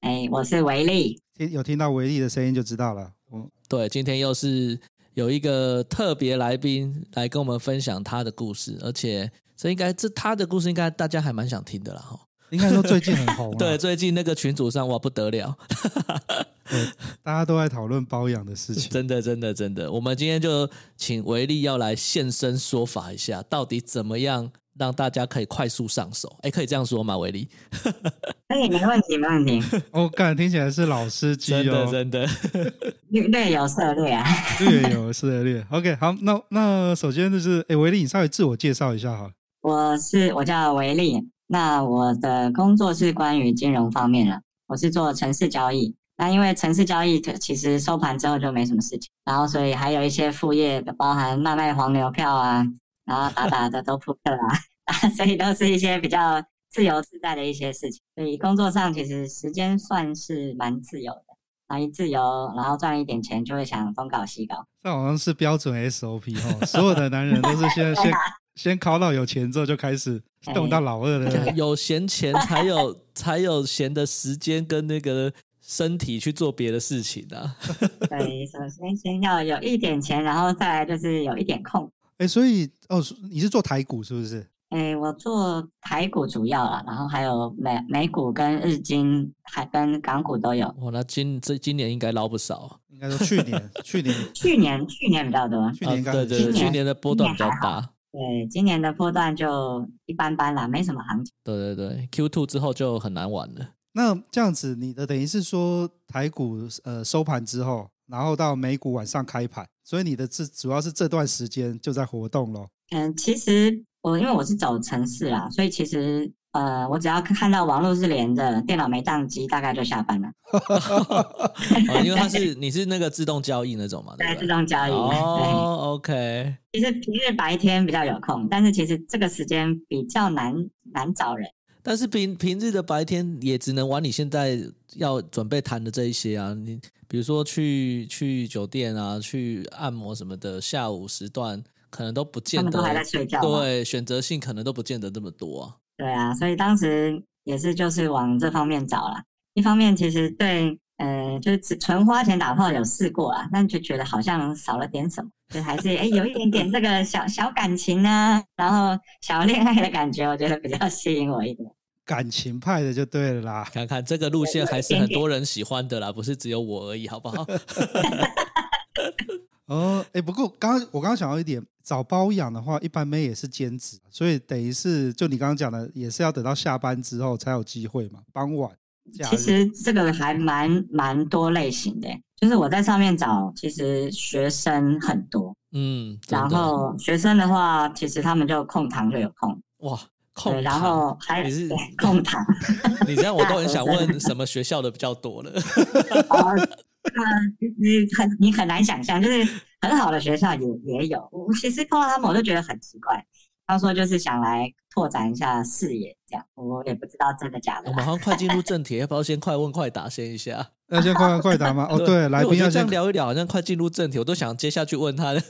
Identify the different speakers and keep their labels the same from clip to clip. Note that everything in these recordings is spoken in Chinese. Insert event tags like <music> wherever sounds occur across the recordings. Speaker 1: 哎，我是维力。
Speaker 2: 听有听到维力的声音就知道了。我
Speaker 3: 对，今天又是有一个特别来宾来跟我们分享他的故事，而且这应该这他的故事应该大家还蛮想听的啦哈。
Speaker 2: 应该说最近很
Speaker 3: <laughs>
Speaker 2: 红、啊
Speaker 3: 对，最近那个群组上哇不得了，
Speaker 2: <laughs> 对，大家都在讨论包养的事情。
Speaker 3: 真的真的真的，我们今天就请维力要来现身说法一下，到底怎么样让大家可以快速上手？哎，可以这样说吗？维力，
Speaker 1: 哎，没问题，没问题，
Speaker 2: 哦，干，听起来是老司机
Speaker 3: 真的
Speaker 2: 哦，
Speaker 3: 真的，
Speaker 1: 略有涉猎啊。 <laughs>
Speaker 2: 略有涉猎。OK，好，那那首先就是，哎，维力，你稍微自我介绍一下好了。
Speaker 1: 我是我叫维力，那我的工作是关于金融方面的，我是做城市交易。那因为城市交易其实收盘之后就没什么事情，然后所以还有一些副业，包含卖卖黄牛票啊，然后打打德州扑克啊， <laughs> 所以都是一些比较自由自在的一些事情。所以工作上其实时间算是蛮自由的，然后一自由，然后赚一点钱就会想东搞西搞。
Speaker 2: 这好像是标准 SOP 哦，所有的男人都是先先先考到有钱之后就开始动到老二 <laughs> 的。
Speaker 3: 有闲钱才有 <laughs> 才有闲的时间跟那个身体去做别的事情啊。
Speaker 2: <laughs>
Speaker 1: 对，首先先要有一点钱，然后再来就是有一点空。
Speaker 2: 哎，所以哦，你是做台股是不是？
Speaker 1: 诶，我做台股主要啦，然后还有美美股跟日经，还跟港股都有。
Speaker 3: 哇，那今这今年应该捞不少啊，
Speaker 2: 应该说去年，去年，
Speaker 1: 去年去年比较多，
Speaker 2: 去年应该
Speaker 3: 啊对
Speaker 2: 很
Speaker 3: 对对，
Speaker 1: 今
Speaker 3: 去
Speaker 1: 年
Speaker 3: 年的波
Speaker 1: 今
Speaker 3: 段
Speaker 1: 年
Speaker 3: 比较大，
Speaker 1: 对，今年的波段就一般般啦，没什么行情。
Speaker 3: 对对对，Q two 之后就很难玩
Speaker 2: <laughs>
Speaker 3: 了。
Speaker 2: 那这样子，你的呃等于是说台股呃收盘之后，然后到美股晚上开盘，所以你的这主要是这段时间就在活动咯。
Speaker 1: 嗯，其实我因为我是走城市啦，所以其实呃，我只要看到网络是连着，电脑没宕机，大概就下班了。
Speaker 3: 哦，因为它是你是那个自动交易那种嘛，
Speaker 1: 对，
Speaker 3: 对不
Speaker 1: 自
Speaker 3: 对？
Speaker 1: 动交易。对，
Speaker 3: 哦，OK，
Speaker 1: 其实平日白天比较有空，但是其实这个时间比较难难找人。
Speaker 3: 但是平平日的白天也只能玩你现在要准备谈的这一些啊，你比如说去去酒店啊，去按摩什么的，下午时段可能都不见
Speaker 1: 他
Speaker 3: 得
Speaker 1: 们都还在睡觉嘛
Speaker 3: 对，选择性可能都不见得这么多啊。
Speaker 1: 对啊，所以当时也是就是往这方面找啦。一方面其实对，呃，就是只纯花钱打炮有试过啊，但就觉得好像少了点什么，就还是哎有一点点这个小 <laughs> 小感情啊，然后小恋爱的感觉，我觉得比较吸引我一点。
Speaker 2: 感情派的就对了啦。
Speaker 3: 看看这个路线还是很多人喜欢的啦，不是只有我而已，好不
Speaker 1: <laughs>
Speaker 3: 好？
Speaker 2: 哦，哎，不过刚刚我刚刚想到一点，找包养的话，一般妹也是兼职，所以等于是就你刚刚讲的，也是要等到下班之后才有机会嘛，傍晚。假
Speaker 1: 其
Speaker 2: 日
Speaker 1: 实这个还蛮蛮多类型的，就是我在上面找，其实学生很多，
Speaker 3: 嗯，真的
Speaker 1: 然后学生的话，其实他们就空堂就有空，
Speaker 3: 哇，控
Speaker 1: 对，然
Speaker 3: 糖
Speaker 1: 后还
Speaker 3: 你是
Speaker 1: 空堂。 <laughs>
Speaker 3: 你这样我都很想问什么学校的比较多了。
Speaker 1: 啊，那你很你很难想象，就是很好的学校也也有。我其实碰到他们，我就觉得很奇怪。他说就是想来拓展一下视野，这样我也不知道真的假的
Speaker 3: 我们
Speaker 1: 啦。
Speaker 3: 好像快进入正题，要不要先快问快答先一下？
Speaker 2: 那先快问快答吗？
Speaker 3: <laughs>
Speaker 2: 哦，对，来
Speaker 3: 因为我
Speaker 2: 宾要
Speaker 3: 觉得这
Speaker 2: 先
Speaker 3: 样聊一聊，好像快进入正题，我都想接下去问他的。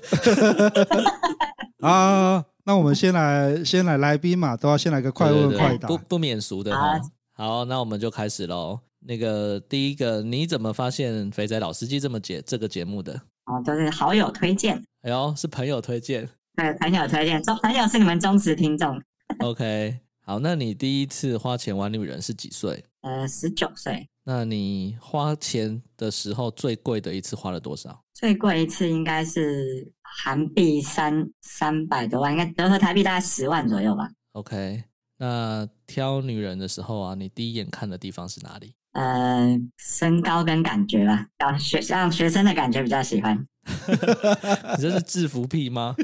Speaker 2: 啊。那我们先来，先来来宾嘛，都要先来个快问
Speaker 3: 对对对
Speaker 2: 快答。
Speaker 3: 不不免俗的
Speaker 1: 好
Speaker 3: 哈。好，那我们就开始喽。那个第一个，你怎么发现《肥仔老司机》这么节这个节目的？
Speaker 1: 哦，就是好友推荐，
Speaker 3: 哎呦，是朋友推荐。
Speaker 1: 对，朋友推荐，忠朋友是你们忠实听众。
Speaker 3: OK，好， <laughs> 那你第一次花钱玩女人是几岁？
Speaker 1: 呃，十九岁
Speaker 3: 那你花钱的时候最贵的一次花了多少？
Speaker 1: 最贵一次应该是韩币三三百多万，应该折合台币大概十万左右吧。
Speaker 3: OK，那挑女人的时候啊，你第一眼看的地方是哪里？
Speaker 1: 呃，身高跟感觉吧，让学让学生的感觉比较喜欢。
Speaker 3: 你这是制服癖吗？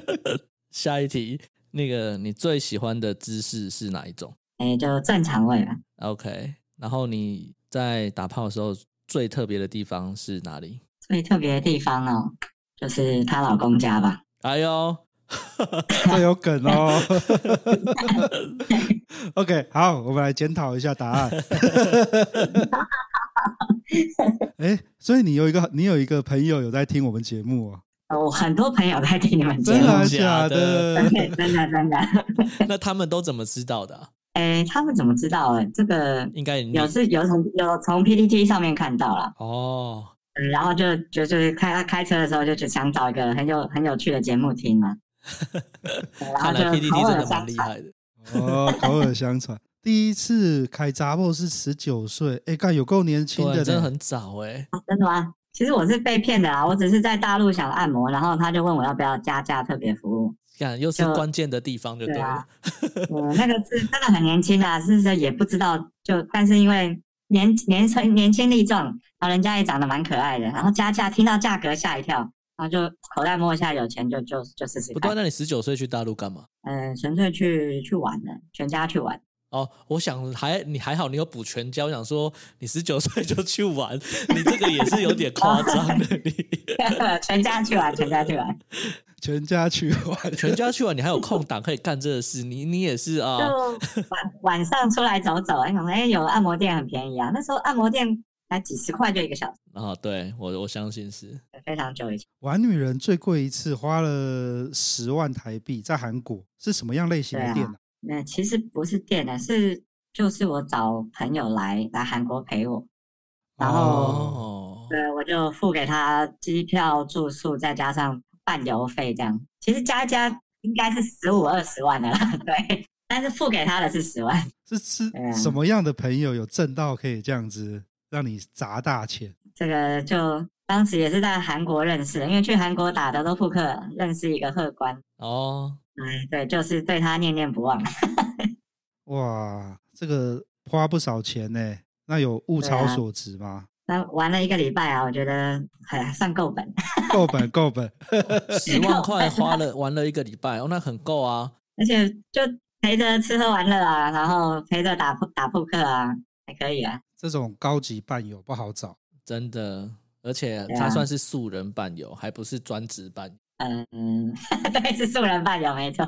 Speaker 3: <laughs> 下一题，那个你最喜欢的姿势是哪一种
Speaker 1: 哎，就正常位吧。
Speaker 3: ？OK，然后你在打炮的时候最特别的地方是哪里？
Speaker 1: 最特别的地方哦，就是她老公家吧。
Speaker 3: 哎呦，
Speaker 2: 这有梗
Speaker 3: <laughs>
Speaker 2: 哦。OK，好，我们来检讨一下答
Speaker 3: <laughs>
Speaker 2: 案。哎、所以你有一个你有一个朋友有在听我们节目啊？
Speaker 1: 呃我很多朋友在听你们节
Speaker 2: 真
Speaker 1: 目，
Speaker 2: 的啊
Speaker 3: 真
Speaker 2: 假
Speaker 3: 的假
Speaker 2: 的？
Speaker 1: 对真的真的。
Speaker 3: 那他们都怎么知道的啊、
Speaker 1: 哎，他们怎么知道？这个
Speaker 3: 应该你
Speaker 1: 有是有从有从 PPT 上面看到了，
Speaker 3: 哦，
Speaker 1: 嗯然后就就就是开开车的时候就只想找一个很有很有趣的节目听
Speaker 3: <laughs>
Speaker 1: 嘛。对然后
Speaker 3: 看来
Speaker 1: 啊就
Speaker 3: PDD
Speaker 1: 口
Speaker 3: 真的
Speaker 1: 耳
Speaker 3: 蛮
Speaker 1: 相
Speaker 3: 厉
Speaker 1: 传，
Speaker 3: 害的。
Speaker 2: 哦，口耳相传。第一次开杂货是十九岁，哎、干有够年轻
Speaker 3: 对啊，
Speaker 2: 的
Speaker 3: 真的
Speaker 2: 呢。
Speaker 3: 很早哎、
Speaker 1: 啊真的吗？其实我是被骗的啊，我只是在大陆想按摩，然后他就问我要不要加价特别服务。
Speaker 3: 看又是
Speaker 1: 就
Speaker 3: 关键的地方就
Speaker 1: 对
Speaker 3: 对
Speaker 1: 啊
Speaker 3: 了。
Speaker 1: 嗯，那个是真的很年轻啊，是是也不知道，就但是因为年年轻年轻力壮，然后人家也长得蛮可爱的，然后加价听到价格吓一跳，然后就口袋摸一下有钱就就就试试
Speaker 3: 不
Speaker 1: 看
Speaker 3: 对，，啊那你十九岁去大陆干嘛？
Speaker 1: 嗯，纯粹去去玩的，全家去玩， <laughs>
Speaker 3: 哦，我想还你还好，你有补全家。我想说，你十九岁就去玩，你这个也是有点夸
Speaker 2: <laughs>
Speaker 3: 张的。你
Speaker 1: 全家去玩，全家去玩，
Speaker 2: 全家去玩，
Speaker 3: 全家去玩，你还有空档可以干这个事，你你也是啊、
Speaker 1: 就晚晚上出来走走，哎，想说哎有按摩店很便宜啊，那时候按摩店才几十块就一个小时，
Speaker 3: 啊、对我我相信是
Speaker 1: 非常久以前。
Speaker 2: 玩女人最贵一次花了十万台币，在韩国是什么样类型的
Speaker 1: 对啊
Speaker 2: 店、啊？
Speaker 1: 那其实不是店的，是就是我找朋友来来韩国陪我，然后
Speaker 3: 哦，
Speaker 1: 对，我就付给他机票、住宿，再加上伴游费，这样其实加一加应该是十五二十万的啦。 <laughs> 对，但是付给他的是十万，
Speaker 2: 是是
Speaker 1: 对啊
Speaker 2: 什么样的朋友有挣到可以这样子让你砸大钱？
Speaker 1: 这个就当时也是在韩国认识的，因为去韩国打德州扑克认识一个荷官，
Speaker 3: 哦，
Speaker 1: 哎，对，就是对他念念不忘。
Speaker 2: 哇，这个花不少钱呢、那有物
Speaker 1: 对
Speaker 2: 超
Speaker 1: 啊
Speaker 2: 所值吗？
Speaker 1: 那玩了一个礼拜啊，我觉得哎算够本，
Speaker 2: 够本 <laughs> 够本，
Speaker 3: 十万块花了玩了一个礼拜，哦，那很够啊。
Speaker 1: 而且就陪着吃喝玩乐啊，然后陪着打扑打扑克啊，还可以啊。
Speaker 2: 这种高级伴友不好找。
Speaker 3: 真的，而且
Speaker 1: 对
Speaker 3: 他
Speaker 1: 啊
Speaker 3: 算是素人伴游，还不是专职伴游。
Speaker 1: 嗯， <laughs> 对，是素人伴游没错。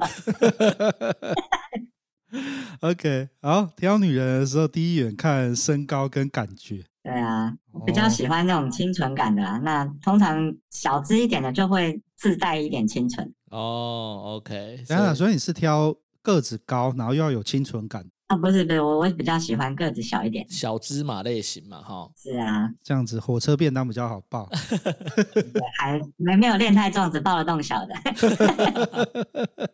Speaker 2: OK，好，挑女人的时候，第一眼看身高跟感觉。
Speaker 1: 对啊，比
Speaker 3: 哦
Speaker 1: 较喜欢那种清纯感的啦。啊那通常小资一点的就会自带一点清纯
Speaker 3: 哦，OK，
Speaker 2: 当然，
Speaker 3: 所以
Speaker 2: 所以你是挑个子高，然后又要有清纯感，
Speaker 1: 啊，不是不是，我我比较喜欢个子小一点。
Speaker 3: 小芝麻类型嘛，哈。
Speaker 1: 是啊，
Speaker 2: 这样子火车便当比较好爆。
Speaker 1: 还没没有练太壮，只抱得动小的。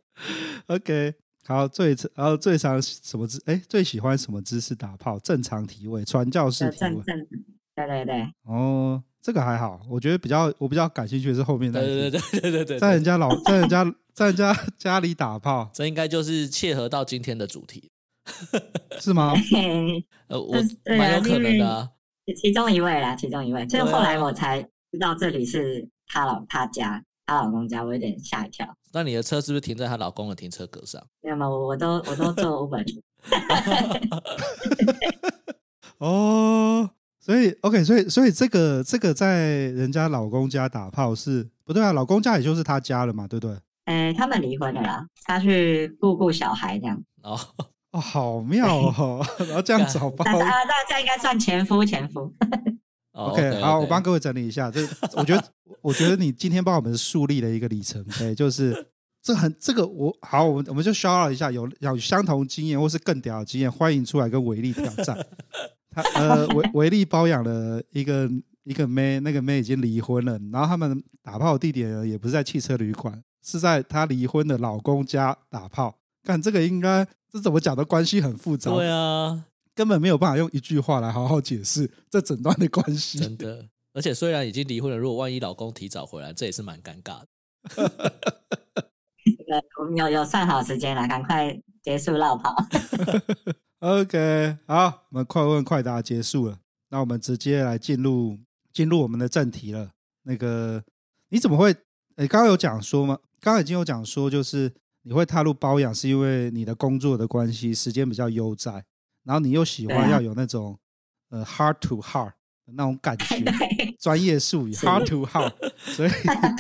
Speaker 2: <laughs> OK，好，最然后最常什么姿？哎，最喜欢什么姿势打炮？正常体位，传教士
Speaker 1: 就
Speaker 2: 体
Speaker 1: 正
Speaker 2: 位。
Speaker 1: 正，对对对，
Speaker 2: 哦，这个还好，我觉得比较我比较感兴趣的是后面那一
Speaker 3: 对对
Speaker 2: 题，
Speaker 3: 对对对对对，
Speaker 2: 在人家老在人家在人家
Speaker 1: <laughs>
Speaker 2: 家里打炮
Speaker 3: 这应该就是切合到今天的主题。
Speaker 2: 是吗？
Speaker 1: 嘿
Speaker 3: 呃，我
Speaker 1: 嗯对啊 <laughs>
Speaker 3: 蛮有可能的、啊。
Speaker 1: 其中一位啦，其中一位，就是
Speaker 3: 对啊
Speaker 1: 后来我才知道这里是她老她家，她老公家，我有点吓一跳。
Speaker 3: 那你的车是不是停在她老公的停车格
Speaker 1: <laughs>
Speaker 3: 上？
Speaker 1: 那么我我都我都做 Uber 去 <laughs>
Speaker 2: 哦，所以 OK，所以所以这个这个在人家老公家打炮是不对啊，老公家也就是他家了嘛，对不对？
Speaker 1: 哎，他们离婚了啦，她去顾顾小孩这样。
Speaker 3: 哦，
Speaker 2: 哦，好妙哦， <laughs> 然后这样找包。
Speaker 1: 但是啊，那这样应该算前夫前夫。
Speaker 3: 哦
Speaker 2: OK，好，我帮
Speaker 3: 个
Speaker 2: 各位整理一下，这我觉得，我觉得你今天帮我们树立了一个里程碑，就是这很这个我好，我们我们就 shout out 一下，有有相同经验或是更屌的经验，欢迎出来跟维力挑战。他呃，维维力包养了一个一个妹，那个妹已经离婚了，然后他们打炮地点呢也不是在汽车旅馆，是在她离婚的老公家打炮。看这个应该这怎么讲的关系很复杂，
Speaker 3: 对啊，
Speaker 2: 根本没有办法用一句话来好好解释这整段的关系。
Speaker 3: 真的。而且虽然已经离婚了，如果万一老公提早回来，这也是蛮尴尬的。
Speaker 1: 呃，我们有有算好时间了，赶快结束绕跑。 <laughs>
Speaker 2: OK，好，我们快问快答结束了，那我们直接来进入进入我们的正题了。那个你怎么会？诶，刚刚有讲说吗？刚刚已经有讲说，就是你会踏入包养，是因为你的工作的关系，时间比较悠哉，然后你又喜
Speaker 1: 对
Speaker 2: 欢
Speaker 1: 啊
Speaker 2: 要有那种、呃 heart to heart 的那种感觉，
Speaker 1: 对，
Speaker 2: 专业术语
Speaker 1: 是
Speaker 2: heart to heart，所以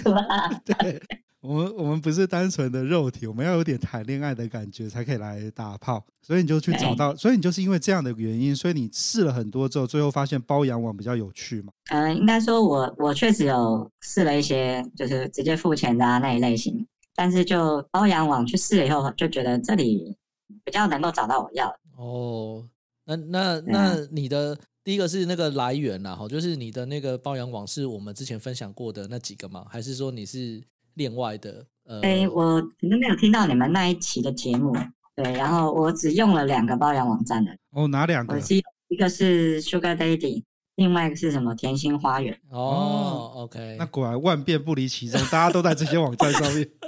Speaker 1: 对吧？
Speaker 2: <laughs> 对我们我们不是单纯的肉体，我们要有点谈恋爱的感觉才可以来打炮，所以你就去找到，所以你就是因为这样的原因，所以你试了很多之后，最后发现包养网比较有趣嘛，
Speaker 1: 嗯，应该说我我确实有试了一些，就是直接付钱的啊那一类型，但是就包养网去试了以后，就觉得这里比较能够找到我要的。
Speaker 3: 哦，那那
Speaker 1: 啊
Speaker 3: 那你的第一个是那个来源啦，哈，就是你的那个包养网是我们之前分享过的那几个吗？还是说你是另外的？呃，
Speaker 1: 哎、我可能没有听到你们那一期的节目，对，然后我只用了两个包养网站的，
Speaker 2: 哦，哪两
Speaker 1: 我
Speaker 2: 个？
Speaker 1: 是一个是 Sugar Daddy，另外一个是什么甜心花园。
Speaker 3: 哦，OK，
Speaker 2: 那果然万变不离其宗，大家都在这些网站上面。 <laughs>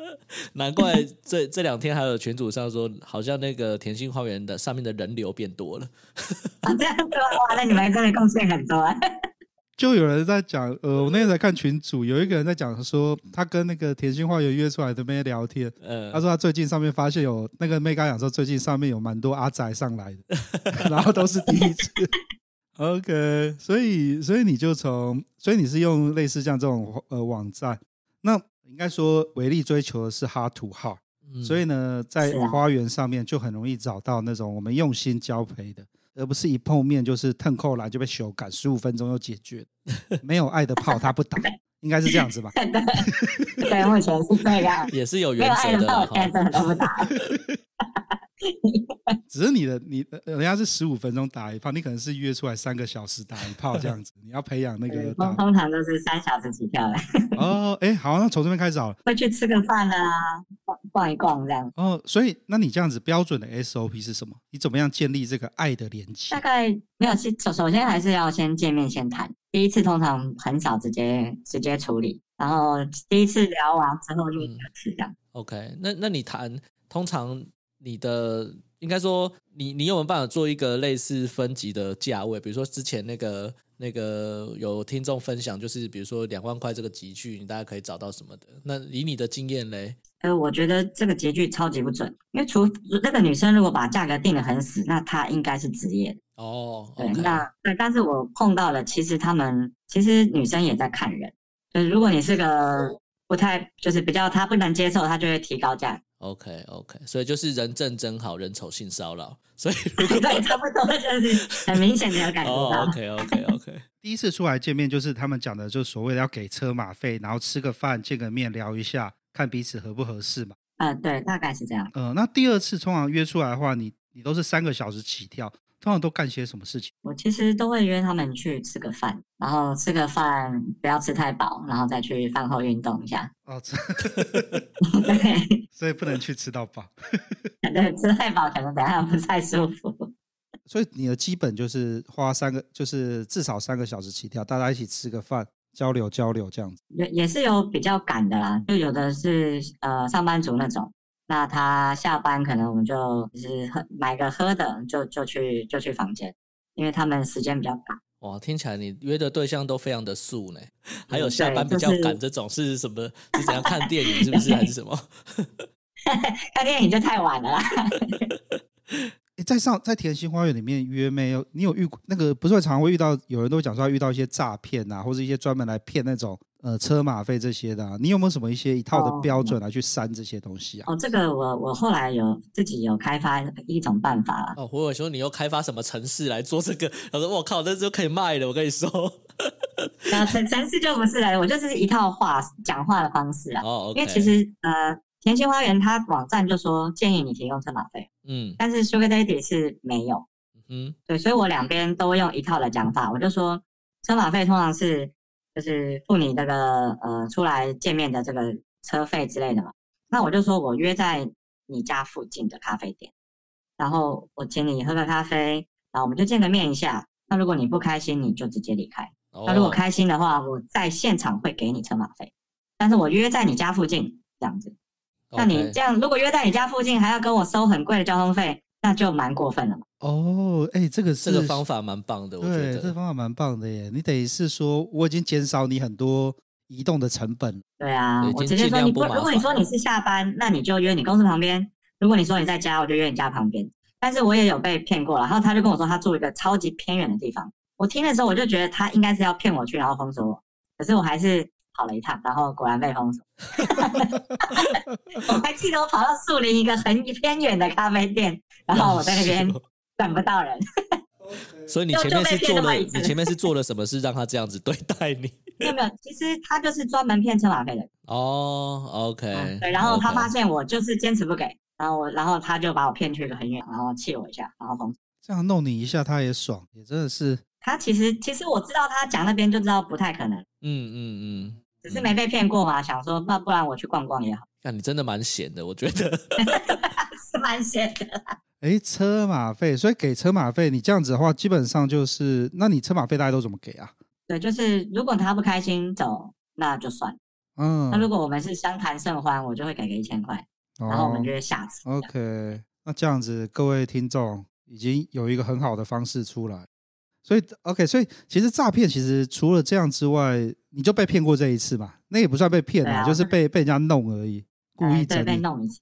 Speaker 3: 难怪这这两天还有群主上说，好像那个甜心花园的上面的人流变多了。
Speaker 1: 啊，这样子吗哇，那你们真的贡献很多、啊。 <laughs>
Speaker 2: 就有人在讲，呃，我那天才看群组，有一个人在讲说，他跟那个甜心花园约出来的妹聊天，
Speaker 3: 呃，
Speaker 2: 他说他最近上面发现有那个妹刚讲说，最近上面有蛮多阿宅上来的， <laughs> 然后都是第一次。OK，所以所以你就从，所以你是用类似像这种呃网站，那应该说维力追求的是 heart to heart，、
Speaker 3: 嗯
Speaker 2: 所以呢，在
Speaker 1: 是啊
Speaker 2: 花园上面就很容易找到那种我们用心交配的，而不是一碰面就是腾扣篮就被修改，十五分钟就解决， <laughs> 没有爱的炮他不打，应该是这样子吧？
Speaker 1: 对，目前是这样，
Speaker 3: 也是有
Speaker 1: 没
Speaker 3: 原
Speaker 1: 有爱
Speaker 3: 则的
Speaker 1: 的话，
Speaker 3: 啦
Speaker 1: 我现
Speaker 3: 哈。
Speaker 1: 在真的都不打。
Speaker 2: 只是你的你呃人家是十五分钟打一炮，你可能是约出来三个小时打一炮这样子。你要培养那个打
Speaker 1: 通通常都是三小时起跳的， <laughs>
Speaker 2: 哦，哎，好，那从这边开始好了。
Speaker 1: 会去吃个饭啊，逛逛一逛这样。
Speaker 2: 哦，所以那你这样子标准的 SOP 是什么？你怎么样建立这个爱的连
Speaker 1: 大
Speaker 2: 接？
Speaker 1: 概没有，是首首先还是要先见面先谈。第一次通常很少直接直接处理，然后第一次聊完之后就
Speaker 3: 嗯
Speaker 1: 是这样。
Speaker 3: OK，那那你谈通常你的应该说你你有没有办法做一个类似分级的价位？比如说之前那个那个有听众分享，就是比如说两万块这个集聚，你大概可以找到什么的？那以你的经验嘞，
Speaker 1: 呃，我觉得这个结局超级不准，因为除那个女生如果把价格定得很死，那她应该是职业的。
Speaker 3: 哦
Speaker 1: 对，
Speaker 3: ，OK，
Speaker 1: 那对，但是我碰到了，其实他们其实女生也在看人，就是如果你是个
Speaker 3: 哦
Speaker 1: 不太就是比较她不能接受，她就会提
Speaker 3: <laughs>
Speaker 1: 高价，
Speaker 3: OK OK，所以就是人正真好人丑性骚扰，所以如果
Speaker 1: 对，差不多就是很明显的有感觉
Speaker 3: 哦
Speaker 1: 到。
Speaker 3: ，OK
Speaker 1: <laughs>
Speaker 3: OK OK，
Speaker 2: 第一次出来见面，就是他们讲的，就是所谓的要给车马费，然后吃个饭、见个面、聊一下，看彼此合不合适嘛。
Speaker 1: 嗯、对，大概是这样。
Speaker 2: 呃，那第二次通常约出来的话，你你都是三个小时起跳，通常都干些什么事情？
Speaker 1: 我其实都会约他们去吃个饭，然后吃个饭不要吃太饱，然后再去饭后运动一下。 <laughs>
Speaker 2: 哦，这 <laughs>
Speaker 1: 对， <laughs>
Speaker 2: 所以不能去吃到饱。
Speaker 1: 对，吃太饱可能等一下不太舒服。
Speaker 2: 所以你的基本就是花三个，就是至少三个小时起跳，大家一起吃个饭，交流交流这样子。
Speaker 1: 也也是有比较赶的啦，就有的是呃上班族那种，那他下班可能我们就就是喝买个喝的，就就去就去房间，因为他们时间比较赶。
Speaker 3: 哇，听起来你约的对象都非常的素呢，还有
Speaker 1: 嗯
Speaker 3: 下
Speaker 1: 对
Speaker 3: 班比
Speaker 1: 就
Speaker 3: 较
Speaker 1: 是
Speaker 3: 赶这种是什么？是怎样看电影是不
Speaker 1: <laughs>
Speaker 3: 是还是什么？
Speaker 1: 看哎电影就太晚了啦， <laughs>
Speaker 2: 诶在上在甜心花园里面约妹，有你有遇过那个不是会常常会遇到有人都会讲说他遇到一些诈骗啊，或者一些专门来骗那种呃车马费这些的、啊，你有没有什么一些一套的
Speaker 1: 哦
Speaker 2: 标准来去删这些东西啊？
Speaker 1: 哦，这个我我后来有自己有开发一种办法啦，
Speaker 3: 哦，胡伟说你又开发什么城市来做这个？他说我靠，这就可以卖了，我跟你
Speaker 1: <laughs>
Speaker 3: 说。
Speaker 1: 那城城市就不是了，我就是一套话讲话的方式啊。
Speaker 3: 哦，OK，
Speaker 1: 因为其实呃，甜心花园它网站就说建议你提供车马费，
Speaker 3: 嗯
Speaker 1: 但是 Sugar Daddy 是没有。
Speaker 3: 嗯
Speaker 1: 对，所以我两边都用一套的讲法，我就说车马费通常是就是付你这个呃出来见面的这个车费之类的嘛。那我就说我约在你家附近的咖啡店，然后我请你喝个咖啡，然后我们就见个面一下。那如果你不开心，你就直接离开。
Speaker 3: 哦
Speaker 1: 那如果开心的话，我在现场会给你车马费，但是我约在你家附近这样子。那你
Speaker 3: OK
Speaker 1: 这样如果约在你家附近还要跟我收很贵的交通费，那就蛮过分了嘛。
Speaker 2: 哦，哎、这个是
Speaker 3: 这个方法蛮棒的，我觉
Speaker 2: 对，这
Speaker 3: 得。
Speaker 2: 方法蛮棒的耶！你等于是说，我已经减少你很多移动的成本。
Speaker 1: 对啊
Speaker 3: 对，
Speaker 1: 我
Speaker 3: 已
Speaker 1: 直
Speaker 3: 经
Speaker 1: 接
Speaker 3: 尽
Speaker 1: 说
Speaker 3: 量
Speaker 1: 你
Speaker 3: 不
Speaker 1: 不，
Speaker 3: 麻
Speaker 1: 如果你
Speaker 3: 烦
Speaker 1: 说你是下班，那你就约你公司旁边；如果你说你在家，我就约你家旁边。但是我也有被骗过，然后他就跟我说他住一个超级偏远的地方，我听的时候我就觉得他应该是要骗我去，然后封锁我，可是我还是跑了一趟，然后果然被封锁。 <laughs> 我还记得我跑到树林一个很偏远的咖啡店，然后我在那边
Speaker 3: 哦
Speaker 1: 等不到人，
Speaker 3: <laughs>
Speaker 1: <laughs>
Speaker 3: 所以你
Speaker 1: 就
Speaker 3: 前面
Speaker 1: 就是被骗
Speaker 3: 做
Speaker 1: 了
Speaker 3: 了，
Speaker 1: 嘛一次
Speaker 3: 你前面是做了什么事让他这样子对待你？
Speaker 1: 没有没有，其实他就是专门骗车马费的人。
Speaker 3: 哦，OK，
Speaker 1: 嗯对，然后他
Speaker 3: OK
Speaker 1: 发现我就是坚持不给，然后我，然后他就把我骗去了很远，然后气我一下，然后封锁。
Speaker 2: 这样弄你一下，他也爽，也真的是
Speaker 1: 他其实其实我知道他讲那边就知道不太可能，
Speaker 3: 嗯嗯嗯，
Speaker 1: 只是没被骗过嘛，想说那不然我去逛逛也好， <laughs>
Speaker 3: 那你真的蛮闲的，我觉得。
Speaker 1: 是蛮闲的。
Speaker 2: 哎车马费，所以给车马费，你这样子的话，基本上就是，那你车马费大家都怎么给啊？
Speaker 1: 对，就是如果他不开心走，那就算了。
Speaker 2: 嗯，
Speaker 1: 那如果我们是相谈甚欢，我就会给个一千块，然后我们
Speaker 2: 哦
Speaker 1: 就会下次。
Speaker 2: OK，那这样子各位听众已经有一个很好的方式出来，所以 OK，所以其实诈骗其实除了这样之外，你就被骗过这一次嘛，那也不算被骗
Speaker 1: 对
Speaker 2: 啊，
Speaker 1: 啊
Speaker 2: 就是被被人家弄而已，故
Speaker 1: 哎
Speaker 2: 意整
Speaker 1: 对，被
Speaker 2: 你。
Speaker 1: 弄一次。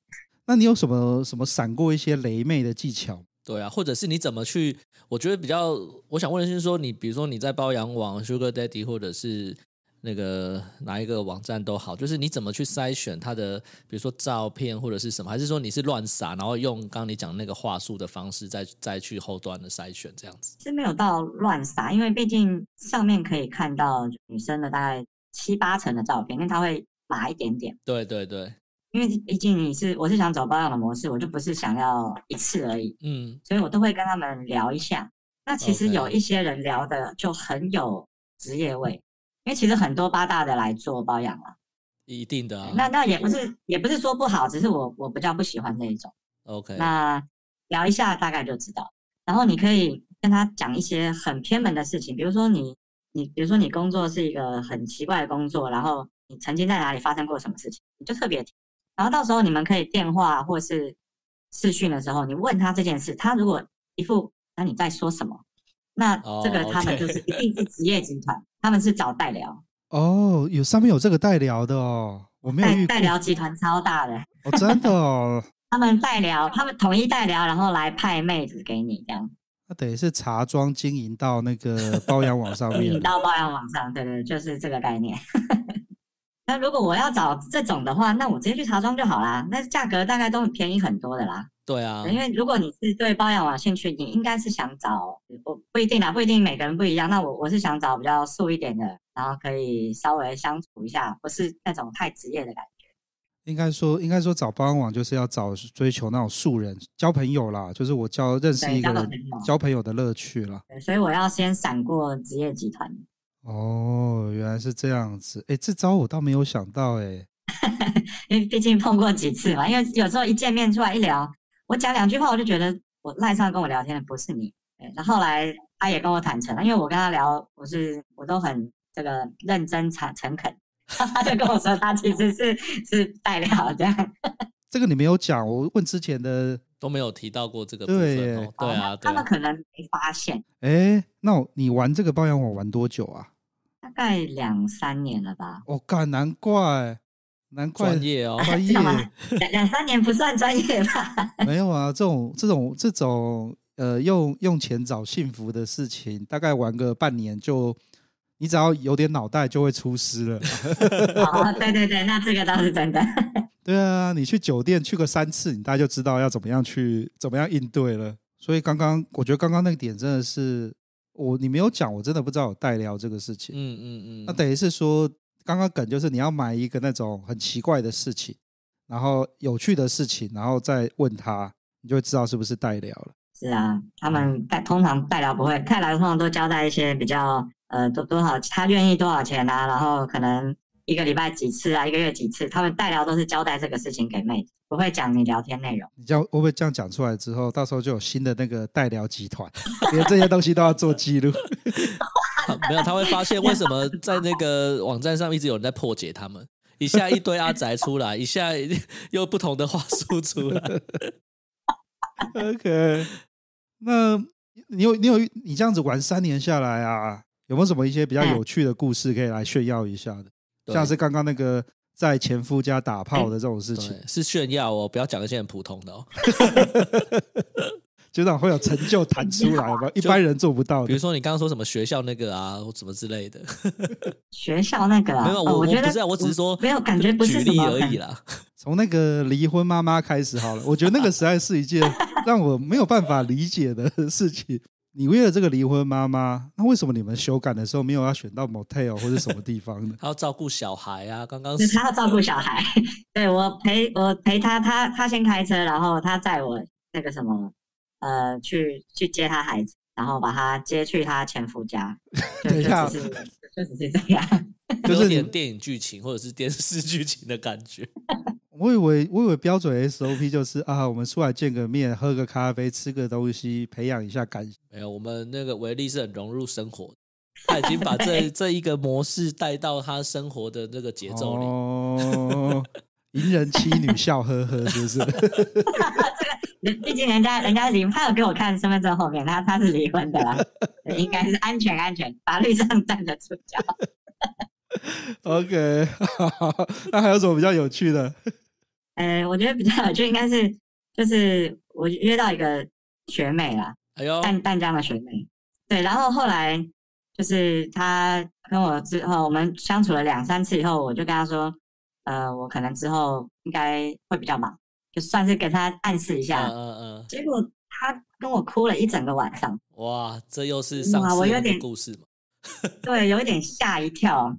Speaker 2: 那你有什么什么闪过一些雷妹的技巧？
Speaker 3: 对啊，或者是你怎么去？我觉得比较，我想问的是说，你比如说你在包养网、Sugar Daddy 或者是那个哪一个网站都好，就是你怎么去筛选他的，比如说照片或者是什么，还是说你是乱撒，然后用刚刚你讲那个话术的方式再再去后端的筛选这样子？
Speaker 1: 是没有到乱撒，因为毕竟上面可以看到女生的大概七八成的照片，因为他会码一点点。
Speaker 3: 对对对，
Speaker 1: 因为毕竟你是我是想走包养的模式，我就不是想要一次而已，
Speaker 3: 嗯，
Speaker 1: 所以我都会跟他们聊一下。那其实
Speaker 3: OK
Speaker 1: 有一些人聊的就很有职业味，因为其实很多八大的来做包养了，
Speaker 3: 一定的啊。
Speaker 1: 那那也不是也不是说不好，只是我我比较不喜欢那一种。
Speaker 3: OK，
Speaker 1: 那聊一下大概就知道，然后你可以跟他讲一些很偏门的事情，比如说你你比如说你工作是一个很奇怪的工作，然后你曾经在哪里发生过什么事情，你就特别提。然后到时候你们可以电话或是视讯的时候，你问他这件事，他如果一副那你在说什么，那这个
Speaker 3: 哦
Speaker 1: 他们
Speaker 3: OK
Speaker 1: 就是一定是职业集团，他们是找
Speaker 3: <laughs>
Speaker 1: 代聊，
Speaker 2: 哦，有上面有这个代聊的哦，我
Speaker 3: 嗯
Speaker 2: 没有
Speaker 1: 代
Speaker 2: 遇
Speaker 1: 代聊集团超大的，
Speaker 2: 哦，真的哦，
Speaker 1: 他们代聊，他们统一代聊，然后来派妹子给你这样。
Speaker 2: 那等于是茶庄经营到那个包养网上
Speaker 1: <laughs>
Speaker 2: 面
Speaker 1: 引
Speaker 2: 了。
Speaker 1: 到包养网上，对对，就是这个概念。 <laughs> 那如果我要找这种的话，那我直接去茶庄就好啦，那价格大概都便宜很多的啦。
Speaker 3: 对啊，
Speaker 1: 因为如果你是对包养网兴趣，你应该是想找，我不一定啦，不一定每个人不一样。那我我是想找比较素一点的，然后可以稍微相处一下，不是那种太职业的感觉。
Speaker 2: 应该说，应该说找包养网就是要找追求那种素人交朋友啦，就是我交认识
Speaker 1: 对
Speaker 2: 一个
Speaker 1: 交
Speaker 2: 人
Speaker 1: 朋友
Speaker 2: 交朋友的乐趣啦。
Speaker 1: 对所以我要先闪过职业集团。
Speaker 2: 哦，原来是这样子，哎，这招我倒没有想到，哎，
Speaker 1: 因为毕竟碰过几次嘛，因为有时候一见面出来一聊，我讲两句话，我就觉得我赖上跟我聊天的不是你。对然后后来他也跟我坦诚了，因为我跟他聊，我是我都很这个认真诚诚恳，他就跟我说他其实是是代聊这样。
Speaker 2: 这个你没有讲，我问之前的，
Speaker 3: 都没有提到过这个部
Speaker 2: 对
Speaker 3: 分
Speaker 2: 耶
Speaker 3: 哦。对啊，对
Speaker 1: 他们
Speaker 3: 啊，
Speaker 1: 可能没发现，
Speaker 2: 哎，那我你玩这个包养网玩多久啊？
Speaker 1: 大概两三年了吧，
Speaker 2: 哦，干，难怪，难怪
Speaker 3: 专业哦。
Speaker 1: <laughs>
Speaker 2: 专
Speaker 1: 干嘛
Speaker 2: 业
Speaker 1: 两两三年不算专业吧。
Speaker 2: 没有啊，这种这种这种呃，用用钱找幸福的事情，大概玩个半年就，你只要有点脑袋就会出师了。 <laughs>
Speaker 1: 哦，对对对，那这个倒是真的。
Speaker 2: 对啊，你去酒店去个三次，你大概就知道要怎么样去怎么样应对了。所以刚刚我觉得刚刚那个点真的是我你没有讲，我真的不知道有代聊这个事情。
Speaker 3: 嗯嗯嗯，
Speaker 2: 那等于是说，刚刚梗就是你要买一个那种很奇怪的事情，然后有趣的事情，然后再问他，你就会知道是不是代聊了。
Speaker 1: 是啊，他们代通常代聊不会，代聊通常都交代一些比较呃多多少，他愿意多少钱啊，然后可能一个礼拜几次啊，一个月几次，他们代聊都是交代这个事情给妹子，不会讲你聊天内容。
Speaker 2: 你这样会不会这样讲出来之后，到时候就有新的那个代聊集团，连这些东西都要做记录？
Speaker 3: 他没有，他会发现为什么在那个网站上一直有人在破解他们，一下一堆阿宅出来，一 <laughs> 下又不同的话术出来。
Speaker 2: OK，那你有你有你这样子玩三年下来啊，有没有什么一些比较有趣的故事可以来炫耀一下的？
Speaker 3: 对
Speaker 2: 像是刚刚那个在前夫家打炮的这种事情
Speaker 3: 对，，是炫耀哦，不要讲一些很普通的哦。
Speaker 2: 就让会有成就弹出来吧，一般人做不到
Speaker 3: 比
Speaker 2: 的
Speaker 3: 如。说你刚刚说什么学校那个啊，或什么之类的，
Speaker 1: 学校那个啊，
Speaker 3: 没有，
Speaker 1: 哦
Speaker 3: 我
Speaker 1: 我觉
Speaker 3: 不
Speaker 1: 得
Speaker 3: 是啊，我只是说
Speaker 1: 没有感觉不
Speaker 3: 举
Speaker 1: 是什
Speaker 3: 例
Speaker 1: 么
Speaker 3: 而
Speaker 1: 感
Speaker 3: 已啊啦。
Speaker 2: 从那个离婚妈妈开始好了，我觉得那个实在是一件让我没有办法理解的事情。你为了这个离婚妈妈，那为什么你们修改的时候没有要选到 motel 或者什么地方
Speaker 3: <laughs>？
Speaker 2: 呢
Speaker 3: 还要照顾小孩啊，刚刚
Speaker 1: 就是他要照顾小孩， <laughs> 对我陪我陪他，他他先开车，然后他载我那个什么，呃，去去接他孩子，然后把他接去他前
Speaker 3: <laughs>
Speaker 1: 夫家。就
Speaker 2: 等一下
Speaker 1: 就只是就只是这样。
Speaker 2: 就是
Speaker 3: 有
Speaker 2: 你
Speaker 3: 点电影剧情或者是电视剧情的感觉。
Speaker 2: 我以为我以为标准 SOP 就是啊，我们出来见个面，喝个咖啡，吃个东西，培养一下感情。
Speaker 3: 没有，我们那个维利是很融入生活的，他已经把
Speaker 1: <laughs>
Speaker 3: 这这一个模式带到他生活的那个节奏里。
Speaker 2: 哦，淫人妻女笑呵呵，是不是？ <laughs>
Speaker 1: 人毕竟人家人家离，他有给我看身份证后面，他他是离婚的啦，对应该是安全安全，法律上站得住脚。
Speaker 2: OK，好那还有什么比较有趣的？
Speaker 1: 呃，我觉得比较有趣应该是就是我约到一个学妹啦，
Speaker 3: 哎呦，
Speaker 1: 淡淡江的学妹，对，然后后来就是她跟我之后，我们相处了两三次以后，我就跟她说，呃，我可能之后应该会比较忙，就算是给她暗示一下。
Speaker 3: 嗯嗯
Speaker 1: 结果她跟我哭了一整个晚上，
Speaker 3: 嗯，哇，这又是上
Speaker 1: 哇
Speaker 3: 次
Speaker 1: 我有
Speaker 3: 那个
Speaker 1: 点
Speaker 3: 故事嘛？
Speaker 1: 对，有一点吓一跳，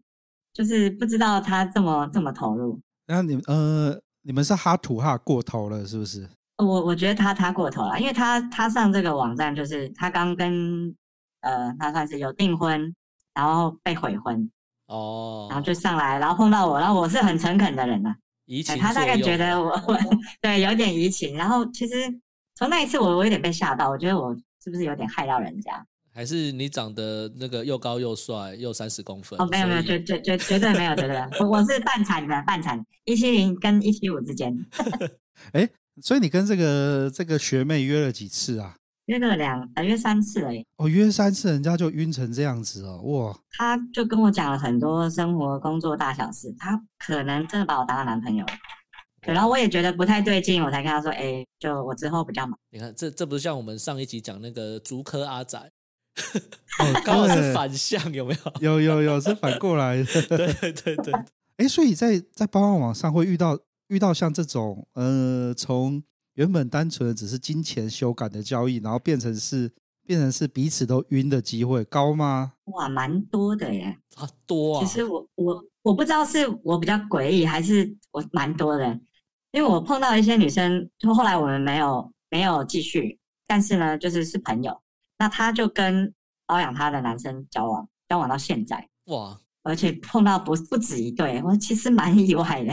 Speaker 1: 就是不知道她这么这么投入。
Speaker 2: 然后你们呃，你们是哈土哈过头了，是不是？
Speaker 1: 呃我我觉得她她过头了，因为她她上这个网站就是她刚跟呃，她算是有订婚，然后被悔婚，
Speaker 3: 哦，
Speaker 1: 然后就上来，然后碰到我，然后我是很诚恳的人呐、
Speaker 3: 移情
Speaker 1: 哎他大概
Speaker 3: 作用啊
Speaker 1: 觉得我我对有点移情，然后其实从那一次我我有点被吓到，我觉得我是不是有点害到人家？
Speaker 3: 还是你长得那个又高又帅又三十公分
Speaker 1: 哦，没有没有，
Speaker 3: 所以
Speaker 1: 绝绝绝绝对没有，绝对没有，我我是半残的，半残一七零跟一七五之间
Speaker 2: 所以你跟这个这个学妹约了几次啊？
Speaker 1: 约了两呃约三次而已，
Speaker 2: 哦，约三次人家就晕成这样子哦，哇！
Speaker 1: 他就跟我讲了很多生活工作大小事，他可能真的把我当男朋友了，对，然后我也觉得不太对劲，我才跟他说，哎，就我之后比较忙。
Speaker 3: 你看这这不是像我们上一集讲那个竹科阿仔，
Speaker 2: 哦，
Speaker 3: <laughs> 刚好
Speaker 2: 对
Speaker 3: 是反向有没有？
Speaker 2: 有有有是反过来的。
Speaker 3: 对 <laughs> 对对对，
Speaker 2: 哎，所以在在包装网上会遇到遇到像这种呃，从原本单纯的只是金钱修改的交易，然后变成是变成是彼此都晕的机会高吗？
Speaker 1: 哇，蛮多的耶！
Speaker 3: 啊多啊
Speaker 1: 其，实我我我不知道是我比较诡异，还是我蛮多的，因为我碰到一些女生，就后来我们没有没有继续，但是呢，就是是朋友，那她就跟包养她的男生交往，交往到现在，
Speaker 3: 哇，
Speaker 1: 而且
Speaker 3: 嗯
Speaker 1: 碰到不不止一对，我其实蛮意
Speaker 3: <laughs>
Speaker 1: 外的。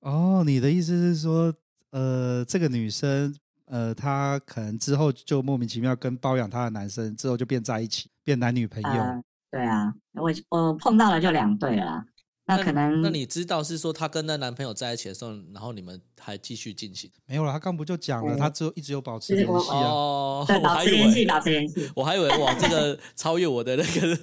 Speaker 2: 哦，你的意思是说，呃，这个女生，呃，她可能之后就莫名其妙跟包养她的男生之后就变在一起，变男女朋友。
Speaker 1: 嗯，对啊，我我碰到了就两对了啦，那可能
Speaker 3: 那你知道是说她跟那男朋友在一起的时候，然后你们还继续进行？
Speaker 2: 没有啦，她刚不就讲了，
Speaker 1: 嗯
Speaker 2: 她之后一直有保持
Speaker 1: 就是
Speaker 2: 联
Speaker 1: 我
Speaker 2: 系啊。
Speaker 3: 哦，
Speaker 1: 对
Speaker 3: 我
Speaker 1: 保
Speaker 3: 还
Speaker 1: 持联
Speaker 3: 以
Speaker 1: 系，
Speaker 3: 为
Speaker 1: 保持联系，
Speaker 3: 我还以为哇，这个超越我的那个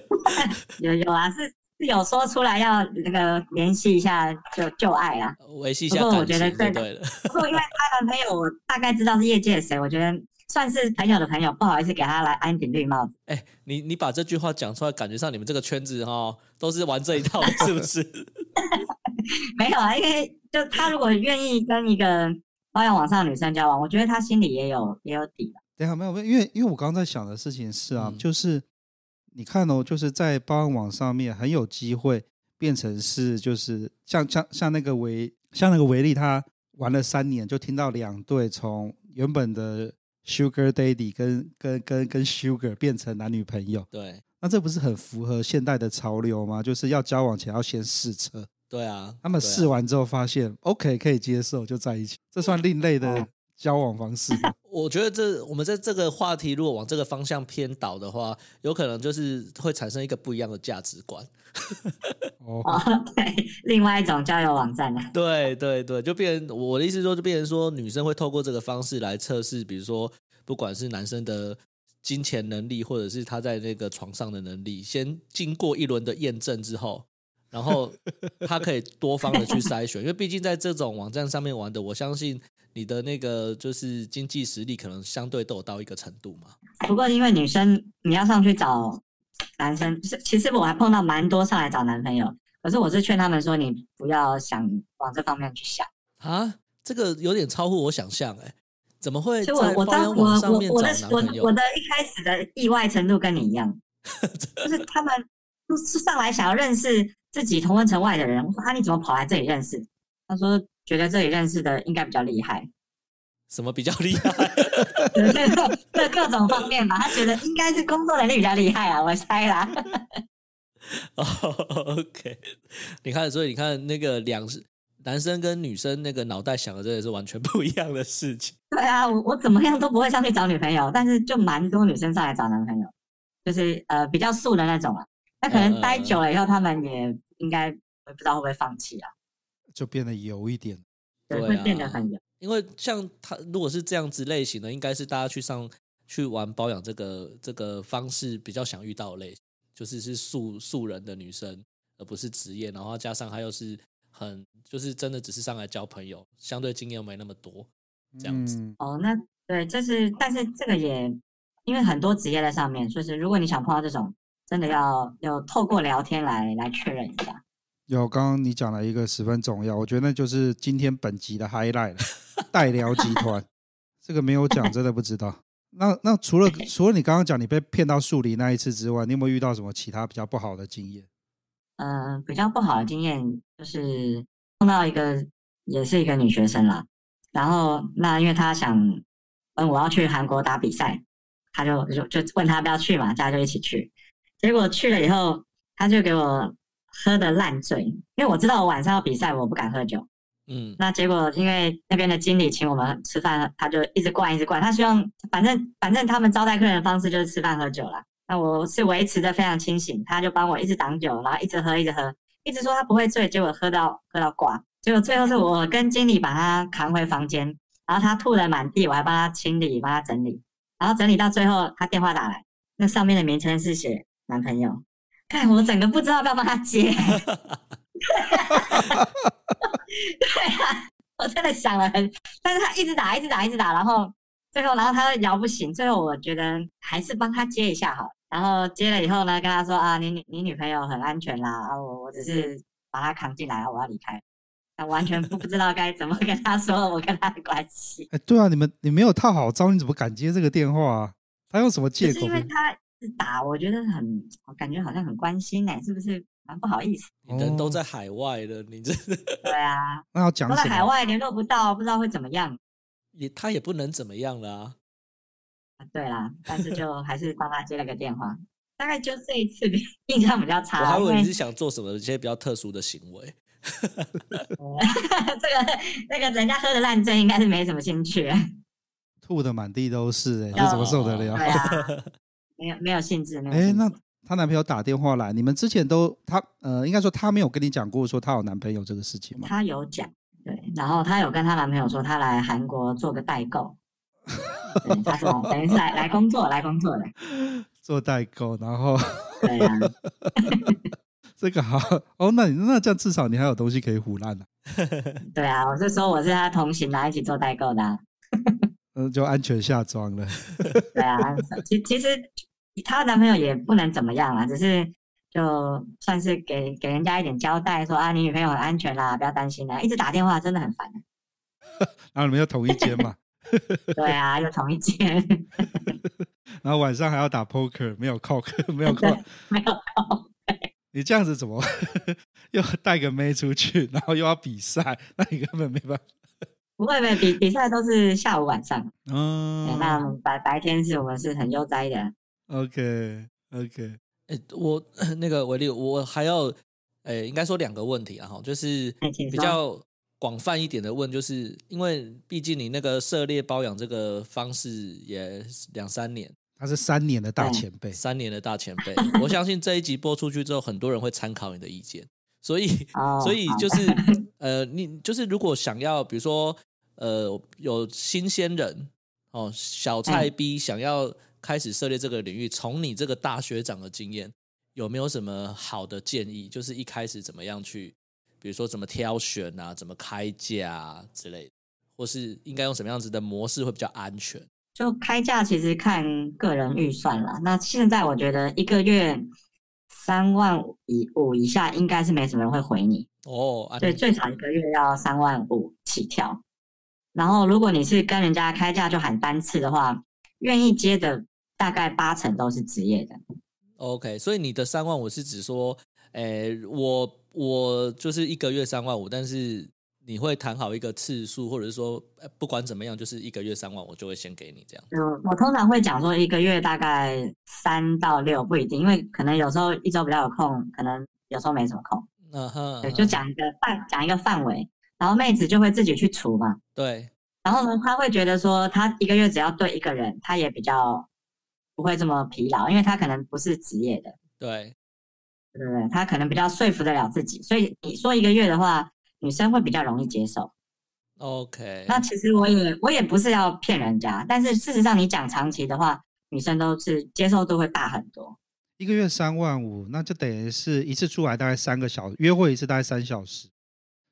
Speaker 3: <laughs>
Speaker 1: 有有啊，是是有说出来要那个联系一下就就爱啦。
Speaker 3: 维系一下
Speaker 1: 不过我
Speaker 3: 感情
Speaker 1: 觉得
Speaker 3: 就
Speaker 1: 这个
Speaker 3: 对了。
Speaker 1: 不过因为她男朋友，我大概知道是业界的谁，我觉得算是朋友的朋友，不好意思给他来安顶绿帽子。
Speaker 3: 哎、你你把这句话讲出来，感觉上你们这个圈子哈都是玩这一套的，是
Speaker 2: <laughs>
Speaker 3: 不是？
Speaker 1: 没有啊，因为就他如果愿意跟一个包养网上的女生交往，我觉得他心里也有也有底啊的。
Speaker 2: 等一下没有，没有因为因为我刚刚在想的事情是啊，
Speaker 3: 嗯
Speaker 2: 就是你看哦，就是在包养网上面很有机会变成是，就是像像像那个维像那个维利，他玩了三年，就听到两对从原本的 Sugar Daddy 跟跟跟跟 Sugar 变成男女朋友。
Speaker 3: 对
Speaker 2: 那这不是很符合现代的潮流吗？就是要交往前要先试车，
Speaker 3: 对啊，
Speaker 2: 他们
Speaker 3: 对啊
Speaker 2: 试完之后发现、OK 可以接受就在一起，这算另类的
Speaker 1: 哦
Speaker 2: 交往方式吗。
Speaker 3: 我觉得这我们在这个话题如果往这个方向偏导的话，有可能就是会产生一个不一样的价值观。
Speaker 2: 哦，
Speaker 1: 哦，对， <laughs> 另外一种交友网站呢，啊
Speaker 3: 对对对，就变成我的意思说，就变成说女生会透过这个方式来测试，比如说不管是男生的金钱能力，或者是他在那个床上的能力，先经过一轮的验证之后，然后他可以多方的去筛选，因为毕竟在这种网站上面玩的，我相信。你的那个就是经济实力可能相对都有到一个程度嘛。
Speaker 1: 哎不过因为女生你要上去找男生，是其实我还碰到蛮多上来找男朋友，可是我是劝他们说你不要想往这方面去想。
Speaker 3: 啊，这个有点超乎我想象哎、怎么会
Speaker 1: 其实
Speaker 3: 在
Speaker 1: 我我
Speaker 3: 花
Speaker 1: 当
Speaker 3: 园
Speaker 1: 我
Speaker 3: 网上
Speaker 1: 我
Speaker 3: 面
Speaker 1: 我
Speaker 3: 找
Speaker 1: 的
Speaker 3: 男
Speaker 1: 我
Speaker 3: 朋
Speaker 1: 的
Speaker 3: 友
Speaker 1: 我？的一开始的意外程度跟你一样，就是他们就是上来想要认识自己同温层外的人，我说啊你怎么跑来这里认识？他说觉得这里认识的应该比较厉害， <laughs>
Speaker 3: 什么比较厉害？
Speaker 1: 各各种方面吧，他觉得应该是工作能力比较厉害啊，我猜啦。
Speaker 3: 哦、o k 你看，所以你看那个两男生跟女生那个脑袋想的真的是完全不一样的事情。
Speaker 1: <laughs> 对啊，我我怎么样都不会上去找女朋友，但是就蛮多女生上来找男朋友，就是呃比较素的那种啊。那可能待久了以后，他们也应该我也不知道会不会放弃啊，
Speaker 2: 就变得油一
Speaker 1: <laughs>
Speaker 2: 点。
Speaker 1: 对，
Speaker 3: 对
Speaker 1: 会
Speaker 3: 啊
Speaker 1: 变得很有。
Speaker 3: 因为像他如果是这样子类型的，应该是大家去上去玩包养这个这个方式比较想遇到的类型，就是是素素人的女生，而不是职业，然后加上她又是很就是真的只是上来交朋友，相对经验又没那么多，这样子。
Speaker 2: 嗯
Speaker 1: 哦，那对，就是但是这个也因为很多职业在上面，就是如果你想碰到这种，真的要要透过聊天来来确认一下。
Speaker 2: 有，刚刚你讲了一个十分重要，我觉得那就是今天本集的 highlight 了代聊集
Speaker 1: <laughs>
Speaker 2: 团，这个没有讲真的不知道。那那除了除了你刚刚讲你被骗到树林那一次之外，你有没有遇到什么其他比较不好的经验？
Speaker 1: 嗯、比较不好的经验就是碰到一个也是一个女学生啦，然后那因为她想，嗯，我要去韩国打比赛，她就就就问她要不要去嘛，大家就一起去。结果去了以后，她就给我喝的烂醉，因为我知道我晚上要比赛，我不敢喝酒。
Speaker 3: 嗯，
Speaker 1: 那结果因为那边的经理请我们吃饭，他就一直灌一直灌，他希望反正反正他们招待客人的方式就是吃饭喝酒啦。那我是维持的非常清醒，他就帮我一直挡酒，然后一直喝一直喝，一直说他不会醉，结果喝到喝到挂，结果最后是我跟经理把他扛回房间，然后他吐了满地，我还帮他清理帮他整理，然后整理到最后他电话打来，那上面的名称是写男朋友，看我整个不知道要不要帮他接。 <laughs> 我真的想了很，但是他一直打，一直打，一直打，然后最后，然后他又摇不醒，最后我觉得还是帮他接一下好了。然后接了以后呢，跟他说啊，你女你女朋友很安全啦，啊，我我只是把她扛进来，啊我要离开，他完全不不知道该怎么跟他说我跟他的关系，
Speaker 2: 哎，对啊，你们你没有套好招，你怎么敢接这个电话啊？他用什么
Speaker 1: 就
Speaker 2: 借
Speaker 1: 是
Speaker 2: 口
Speaker 1: 因？为他一直打，我觉得很，我感觉好像很关心呢、是不是？蛮不好意思，
Speaker 3: 你人都
Speaker 2: 哦
Speaker 3: 在海外了，你这
Speaker 2: <laughs>
Speaker 1: 对啊，
Speaker 2: 那要讲
Speaker 1: 都在
Speaker 2: 什
Speaker 1: 海
Speaker 2: 么？
Speaker 1: 外联络不到，不知道会怎么样。
Speaker 3: <laughs> 也他也不能怎么样了啊。
Speaker 1: 对啦，但是就还是帮他接了个电话，大概就这一次比 <laughs> 印象比较
Speaker 3: 我
Speaker 1: 差啦，
Speaker 3: 还以
Speaker 1: 因
Speaker 3: 为
Speaker 1: 为
Speaker 3: 你是想做什么一些比较特殊的行为。
Speaker 1: 这个那个人家喝的烂醉，应该是没什么兴趣，
Speaker 2: 吐的满地都是、哎，
Speaker 1: 要
Speaker 2: 这怎么受得
Speaker 1: 哦对
Speaker 2: 了？
Speaker 1: 啊，没有没有兴致，
Speaker 2: <laughs>
Speaker 1: 没有
Speaker 2: 哎、
Speaker 1: 兴致
Speaker 2: 那她男朋友打电话来，你们之前都她呃，应该说她没有跟你讲过说她有男朋友这个事情吗？
Speaker 1: 她有讲，对，然后她有跟她男朋友说，她来韩国做个代购，对她是来等于是来来工作来工作的，
Speaker 2: <laughs> 做代购，然后
Speaker 1: 对啊，
Speaker 2: 这个好哦，那你那这样至少你还有东西可以啊唬烂了、
Speaker 1: 对啊，我是说我是她同行来一起做代购的、啊，
Speaker 2: 嗯、就安全下装了。
Speaker 1: 对啊，其其实她男朋友也不能怎么样啦，只是就算是给给人家一点交代说，啊，你女朋友很安全啦，不要担心啦。一直打电话真的很
Speaker 3: <laughs>
Speaker 1: 烦。
Speaker 2: 然后你们又同一间嘛，
Speaker 1: 对啊，又同一间， <laughs>
Speaker 2: 然后晚上还要打 poker，没有 cock，没有 <laughs> cock，
Speaker 1: 没有空。
Speaker 2: 你这样子怎么又带个妹出去，然后又要比赛，那你根本没办法。
Speaker 1: 不会，不会，比比赛都是下午晚上。对那
Speaker 2: 嗯
Speaker 1: 我们白白天是我们是很悠哉的。
Speaker 2: ，OK OK，
Speaker 3: 哎、我 <laughs> 那个维利，我还要，哎、应该说两个问题啊，哈，就是
Speaker 1: 哎请
Speaker 3: 比
Speaker 1: 说
Speaker 3: 较广泛一点的问，就是因为毕竟你那个涉猎包养这个方式也两三年，
Speaker 2: 他是三年的大
Speaker 1: 嗯
Speaker 2: 前辈，
Speaker 3: 三年的大前
Speaker 1: <laughs>
Speaker 3: 辈，我相信这一集播出去之后，很多人会参考你的意见，所以
Speaker 1: 哦，
Speaker 3: 所以
Speaker 1: 好
Speaker 3: 就是
Speaker 1: <laughs>
Speaker 3: 呃，你就是如果想要，比如说呃，有新鲜人哦，
Speaker 1: 嗯
Speaker 3: 小菜逼想要开始涉猎这个领域，从你这个大学长的经验，有没有什么好的建议？就是一开始怎么样去，比如说怎么挑选啊，怎么开价啊之类的，或是应该用什么样子的模式会比较安全？
Speaker 1: 就开价其实看个人预算啦。那现在我觉得一个月三万以五以下，应该是没什么人会回你。
Speaker 3: 哦，啊
Speaker 1: 对，
Speaker 3: 你
Speaker 1: 最少一个月要三万五起跳。然后如果你是跟人家开价就喊单次的话，愿意接的大概八成都是职业的。
Speaker 3: OK，所以你的三万五是指说，诶、我我就是一个月三万五，但是你会谈好一个次数，或者是说，呃不管怎么样，就是一个月三万，我就会先给你这样。
Speaker 1: 嗯，我通常会讲说一个月大概三到六不一定，因为可能有时候一周比较有空，可能有时候没什么空。
Speaker 3: 嗯哼，
Speaker 1: 对，就讲一个范讲一个范围，然后妹子就会自己去除嘛。
Speaker 3: 对，
Speaker 1: 然后呢，他会觉得说，他一个月只要对一个人，他也比较不会这么疲劳，因为他可能不是职业的，
Speaker 3: 对，
Speaker 1: 对不对？他可能比较说服得了自己，所以你说一个月的话，女生会比较容易接受。
Speaker 3: ，OK，
Speaker 1: 那其实我也我也不是要骗人家，但是事实上你讲长期的话，女生都是接受度会大很多。
Speaker 2: 一个月三万五，那就等于是一次出来大概三个小时，约会一次大概三小时，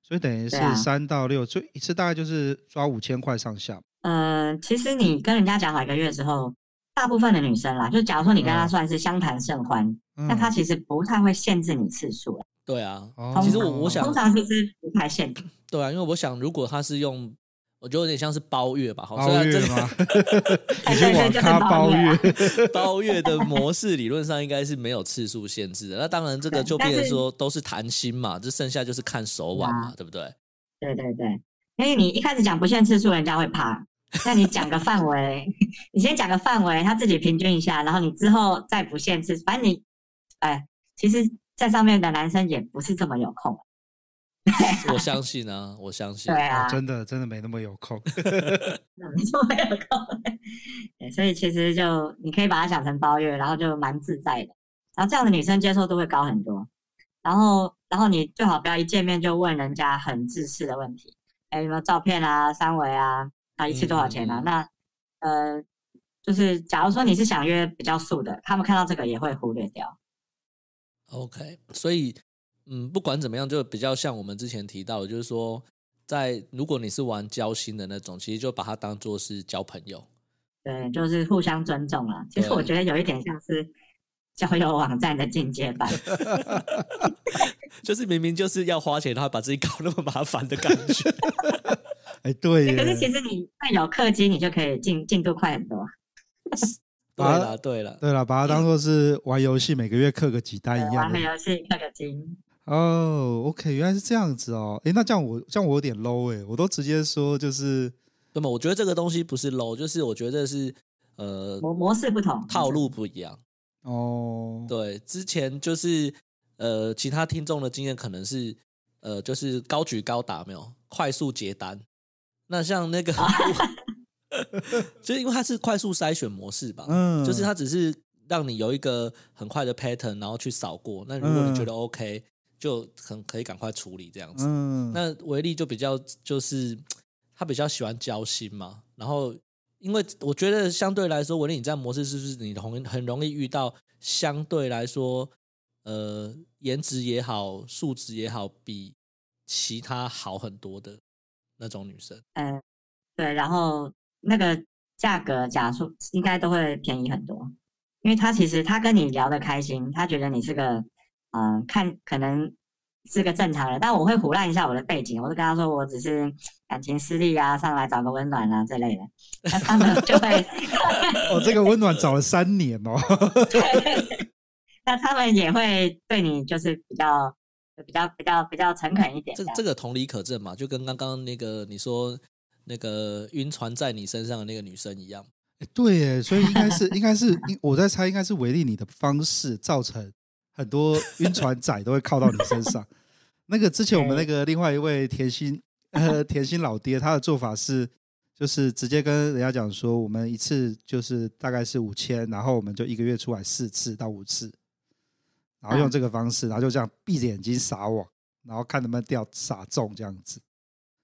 Speaker 2: 所以等于是
Speaker 1: 对啊
Speaker 2: 三到六，所以一次大概就是抓五千块上下。
Speaker 1: 嗯、其实你跟人家讲好一个月之后，大部分的女生啦，就假如说你跟她
Speaker 2: 嗯
Speaker 1: 算是相谈甚欢，
Speaker 2: 嗯
Speaker 1: 那她其实不太会限制你次数啦。
Speaker 3: 对啊，
Speaker 2: 哦
Speaker 3: 其实我我想
Speaker 1: 通常其实不太限制。
Speaker 3: 对啊，因为我想，如果他是用，我觉得有点像是包月吧，好，虽
Speaker 2: 包
Speaker 3: 然这
Speaker 2: 月
Speaker 3: 个 <laughs>
Speaker 2: 吗？ <laughs>
Speaker 1: 哎
Speaker 2: 你去
Speaker 1: 对对
Speaker 2: 网
Speaker 1: 就是
Speaker 2: 咖
Speaker 1: 包
Speaker 2: 包
Speaker 1: 月啊
Speaker 2: 月？
Speaker 3: 包月的模式理论上应该是没有次数限制的。那当然，这个
Speaker 1: 对
Speaker 3: 就
Speaker 1: 但
Speaker 3: 变成
Speaker 1: 是啊
Speaker 3: 说都是谈心嘛，这剩下就是看手腕嘛，对不对？
Speaker 1: 对对对，因为你一开始讲不限次数，人家会怕。那你讲个范围， <laughs> 你先讲个范围，他自己平均一下，然后你之后再不限次，反正你，哎，其实，在上面的男生也不是这么有空。
Speaker 3: 我相信啊，我相信
Speaker 1: 对。啊，
Speaker 2: 真的真的没那么有
Speaker 1: <laughs>
Speaker 2: 空。
Speaker 1: 没这么嗯有空。对，所以其实就你可以把它想成包月，然后就蛮自在的。然后这样的女生接受度会高很多。然后，然后你最好不要一见面就问人家很自私的问题，哎，有没有照片啊、三围啊，啊，一次多少钱
Speaker 3: 嗯
Speaker 1: 啊？
Speaker 3: 嗯嗯
Speaker 1: 那呃，就是假如说你是想约比较素的，他们看到这个也会忽略掉。
Speaker 3: OK，所以嗯，不管怎么样，就比较像我们之前提到的，就是说，在如果你是玩交心的那种，其实就把它当做是交朋友。
Speaker 1: 对，就是互相尊重了。其实
Speaker 3: 对
Speaker 1: 我觉得有一点像是交友网站的进阶版。
Speaker 3: 就是明明就是要花钱，然后把自己搞那么麻烦的感觉。 <laughs>
Speaker 2: 哎，对
Speaker 1: 可是其
Speaker 2: 耶，
Speaker 1: 实你会有氪金，你就可以进进度快很多。
Speaker 3: 对
Speaker 2: 啊
Speaker 3: 啦，对啦，
Speaker 2: <laughs> 对了，把它当做是玩游戏，每个月氪个几单一
Speaker 1: 玩
Speaker 2: 样
Speaker 1: 个
Speaker 2: 的。
Speaker 1: 游戏氪个金，
Speaker 2: 哦，OK，原来是这样子哦。哎，那这样我这样我有点 low 哎，我都直接说就是
Speaker 3: 那么我觉得这个东西不是 low，就是我觉得是呃
Speaker 1: 模模式不同，
Speaker 3: 套路不一样。
Speaker 2: 哦，
Speaker 3: 对，啊之前就是呃其他听众的经验可能是呃就是高举高打没有，快速结单。那像
Speaker 2: <laughs>
Speaker 3: 那个，就是因为它是快速筛选模式吧，
Speaker 2: 嗯
Speaker 3: 就是它只是让你有一个很快的 pattern，然后去扫过。那如果你觉得 OK，、就很可以赶快处理这样子。
Speaker 2: 嗯，
Speaker 3: 那维利就比较就是他比较喜欢交心嘛，然后因为我觉得相对来说，维利你这样模式是不是你很很容易遇到相对来说呃颜值也好，素质也好，比其他好很多的那种女生？
Speaker 1: 嗯，对，然后那个价格假数应该都会便宜很多，因为他其实他跟你聊得开心，他觉得你是个嗯、呃看可能是个正常人，但我会胡乱一下我的背景，我就跟他说我只是感情失利啊，上来找个温暖啊这类的，那他们就会
Speaker 2: <laughs> 哦，这个温暖找了三年哦。
Speaker 1: 那他们也会对你就是比较比较比较比较诚恳一点
Speaker 3: 这
Speaker 1: 样
Speaker 3: 这个同理可证嘛，就跟刚刚那个你说那个晕船在你身上的那个女生一样。
Speaker 2: 欸 <laughs> 对耶，所以应该是应该是应我在猜，应该是维利你的方式造成很多晕船仔都会靠到你身 <laughs> 上。那个之前我们那个另外一位甜心 <laughs> 呃甜心老爹，他的做法是就是直接跟人家讲说，我们一次就是大概是五千，然后我们就一个月出来四次到五次，然后用
Speaker 1: 嗯
Speaker 2: 这个方式，然后就这样闭着眼睛撒网，然后看能不能钓撒中这样子。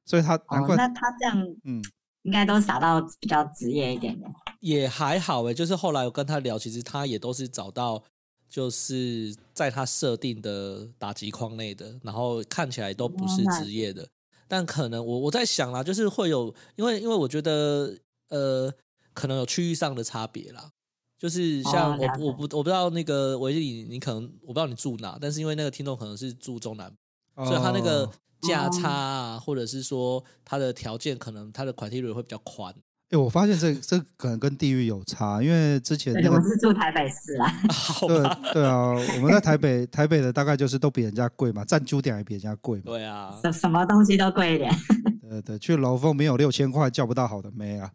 Speaker 2: 所以他难
Speaker 1: 哦，
Speaker 2: 怪
Speaker 1: 那他这样
Speaker 2: 嗯
Speaker 1: 应该都撒到比较职业一点的。
Speaker 3: 也还好诶、欸就是后来我跟他聊，其实他也都是找到，就是在他设定的打击框内的，然后看起来都不是职业的。但可能我我在想啦，就是会有，因为因为我觉得呃，可能有区域上的差别啦。就是像
Speaker 1: 哦
Speaker 3: 我
Speaker 1: 了解
Speaker 3: 我不我不知道那个维利，你可能我不知道你住哪，但是因为那个听众可能是住中南部所以它那个
Speaker 2: 哦
Speaker 3: 价差啊，或者是说它的条件，可能它的 criteria 会比较宽。 <laughs>
Speaker 2: 哎、我发现这这可能跟地域有差，因为之前
Speaker 1: <laughs> 对
Speaker 2: 那
Speaker 1: 我
Speaker 2: 个
Speaker 1: 是住台北市啦，
Speaker 3: 好吧，
Speaker 2: 对对啊，我们在台北台北的大概就是都比人家贵嘛，占租点也比人家贵嘛。
Speaker 3: 对啊，
Speaker 1: <laughs> 什什么东西都贵
Speaker 3: <laughs>
Speaker 1: 一点。
Speaker 2: 对对，去楼凤没有六千块叫不到好的妹啊。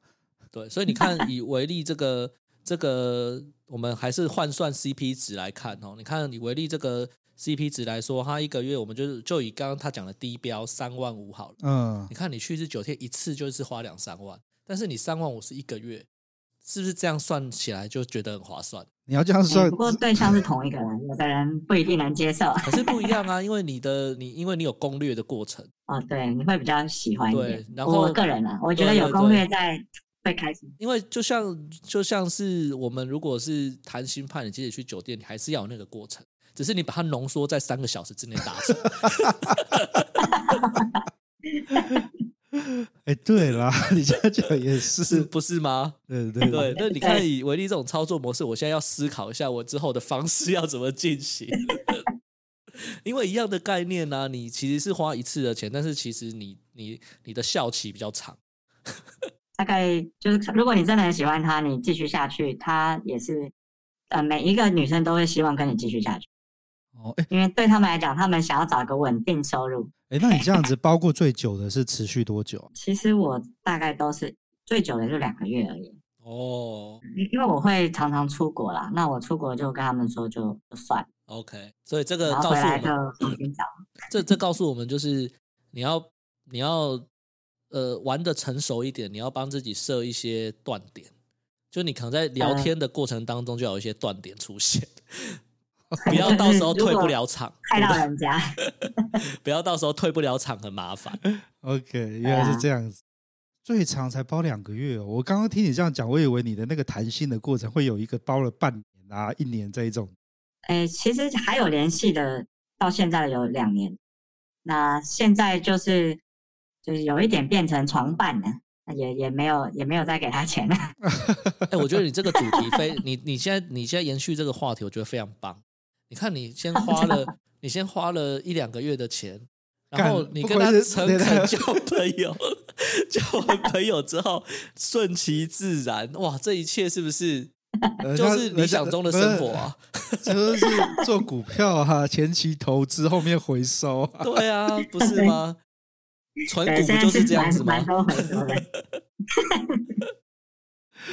Speaker 3: 对，所以你看，以维利这个这个，我们还是换算 CP 值来看哦。你看，以维利这个 CP 值来说，它一个月我们就是就以刚刚他讲的低标三万五好了。
Speaker 2: 嗯
Speaker 3: 你，看，你去是九天一次，就是花两三万，但是你三万五是一个月，是不是这样算起来就觉得很划算？
Speaker 2: 你要这样
Speaker 1: 哎
Speaker 2: 算
Speaker 1: <laughs> 不，过对象是同一个人，有的人不一定能接受。
Speaker 3: 可是不一样啊，因为你的你因为你有攻略的过程。
Speaker 1: 哦，对，你会比较喜欢一点
Speaker 3: 对。然后
Speaker 1: 我个人啊，我觉得
Speaker 3: 对
Speaker 1: 有
Speaker 3: 对
Speaker 1: 攻
Speaker 3: 对
Speaker 1: 略在会开心。
Speaker 3: 因为就像就像是我们如果是谈心判，你自己去酒店，你还是要有那个过程，只是你把它浓缩在三个小时之内达成。
Speaker 2: 哎、对啦， <laughs> 你这样讲也
Speaker 3: 是
Speaker 2: 是，
Speaker 3: 不是吗？
Speaker 2: 对对
Speaker 3: 对，那你看
Speaker 1: 对
Speaker 3: 以维利这种操作模式，我现在要思考一下我之后的方式要怎么进
Speaker 1: <laughs>
Speaker 3: 行，因为一样的概念呢、你其实是花一次的钱，但是其实你你你的效期比较长，
Speaker 1: 大概就是，如果你真的很喜欢他，你继续下去，他也是，呃，每一个女生都会希望跟你继续下去，
Speaker 2: 哦，哎、
Speaker 1: 因为对他们来讲，他们想要找一个稳定收入。
Speaker 2: 哎、那你这样子包括最久的是持续多久啊？
Speaker 1: 其实我大概都是最久的就两个月而已，
Speaker 3: 哦
Speaker 1: 因因为我会常常出国啦。那我出国就跟他们说就就算了，
Speaker 3: ，OK，所以这个
Speaker 1: 然后
Speaker 3: 呃告
Speaker 1: 回
Speaker 3: 诉我
Speaker 1: 来
Speaker 3: 们
Speaker 1: 就重新找。
Speaker 3: 这这告诉我们，就是你要你要呃玩的成熟一点，你要帮自己设一些断点，就你可能在聊
Speaker 1: 嗯
Speaker 3: 天的过程当中就要有一些断点出
Speaker 1: <laughs>
Speaker 3: 现， <laughs> 不要到时候退不了场，
Speaker 1: 害到人家， <laughs>
Speaker 3: 不要到时候退不了场很
Speaker 2: <laughs>
Speaker 3: 麻烦。
Speaker 2: OK，原来是这样子，最长才包两个月、哦。我刚刚听你这样讲，我以为你的那个谈心的过程会有一个包了半年啊、一年这一种。
Speaker 1: 哎，其实还有联系的，到现在有两年。那现在就是就是有一点变成床伴了，也也没有也没有再给他钱了。
Speaker 3: 哎、我觉得你这个主题非你你现在你现在延续这个话题，我觉得非常棒。你看，你先花了
Speaker 2: <laughs>
Speaker 3: 你先花了一两个月的钱，然
Speaker 2: 干
Speaker 3: 后你
Speaker 2: 不
Speaker 3: 跟
Speaker 2: 愧
Speaker 3: 他
Speaker 2: 是 <laughs>
Speaker 3: 诚
Speaker 2: 对
Speaker 3: 恳
Speaker 2: 的
Speaker 3: 交朋友， <laughs> 交完朋友之后顺其自然，哇，这一切是不是
Speaker 2: 呃
Speaker 3: 就是理想中的生活、，啊？
Speaker 2: 人家人家不是就是做股票啊，前期投资，后面回收、啊。 <laughs>
Speaker 3: 对啊，不是吗？存
Speaker 1: 对，
Speaker 3: 股
Speaker 1: 现在
Speaker 3: 就是这样
Speaker 1: 蛮
Speaker 3: 子吗
Speaker 1: 蛮？多回收的。 <laughs>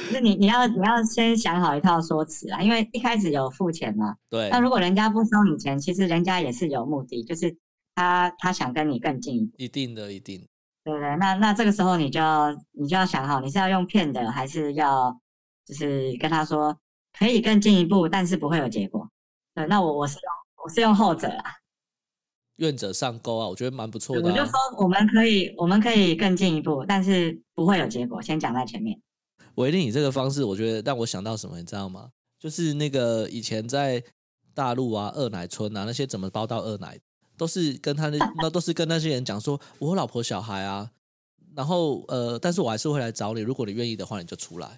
Speaker 1: 就是你你要你要先想好一套说辞啊，因为一开始有付钱嘛，
Speaker 3: 对
Speaker 1: 那，如果人家不收你钱，其实人家也是有目的，就是他他想跟你更近一步，
Speaker 3: 一定的，一定。
Speaker 1: 对不对？那那这个时候你就要你就要想好，你是要用骗的，还是要就是跟他说可以更进一步，但是不会有结果。对，那我我是用我是用后者啦，
Speaker 3: 愿者上钩啊，我觉得蛮不错
Speaker 1: 对
Speaker 3: 的、
Speaker 1: 我就
Speaker 3: 啊
Speaker 1: 说。我们可以我们可以更进一步，但是不会有结果，先讲在前面。
Speaker 3: 维利，你这个方式，我觉得让我想到什么，你知道吗？就是那个以前在大陆啊、二奶村啊那些怎么包到二奶，都是跟他那那都是跟那些人讲说，我有老婆小孩啊，然后呃，但是我还是会来找你，如果你愿意的话，你就出来。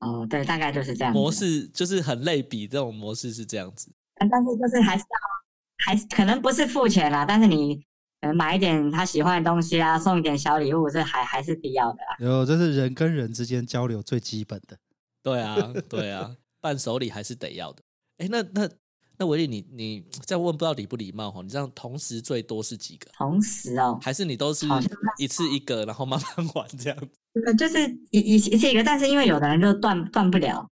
Speaker 1: 哦，对，大概就是这样子
Speaker 3: 模。式就是很类比，这种模式是这样子。
Speaker 1: 但但是就是还是要，还是可能不是付钱啦，但是你呃买一点他喜欢的东西啊，送一点小礼物，这还还是必要的啦。
Speaker 2: 有，这是人跟人之间交流最基本的。
Speaker 3: 对啊，对啊，伴手礼还是得要的。哎，那那那维利，你你再问不知道礼不礼貌哈？你这样同时最多是几个？
Speaker 1: 同时哦，
Speaker 3: 还是你都是
Speaker 1: 好像
Speaker 3: 一次一个，然后慢慢玩这样子？
Speaker 1: 呃就是一一一次一个，但是因为有的人就断断不了，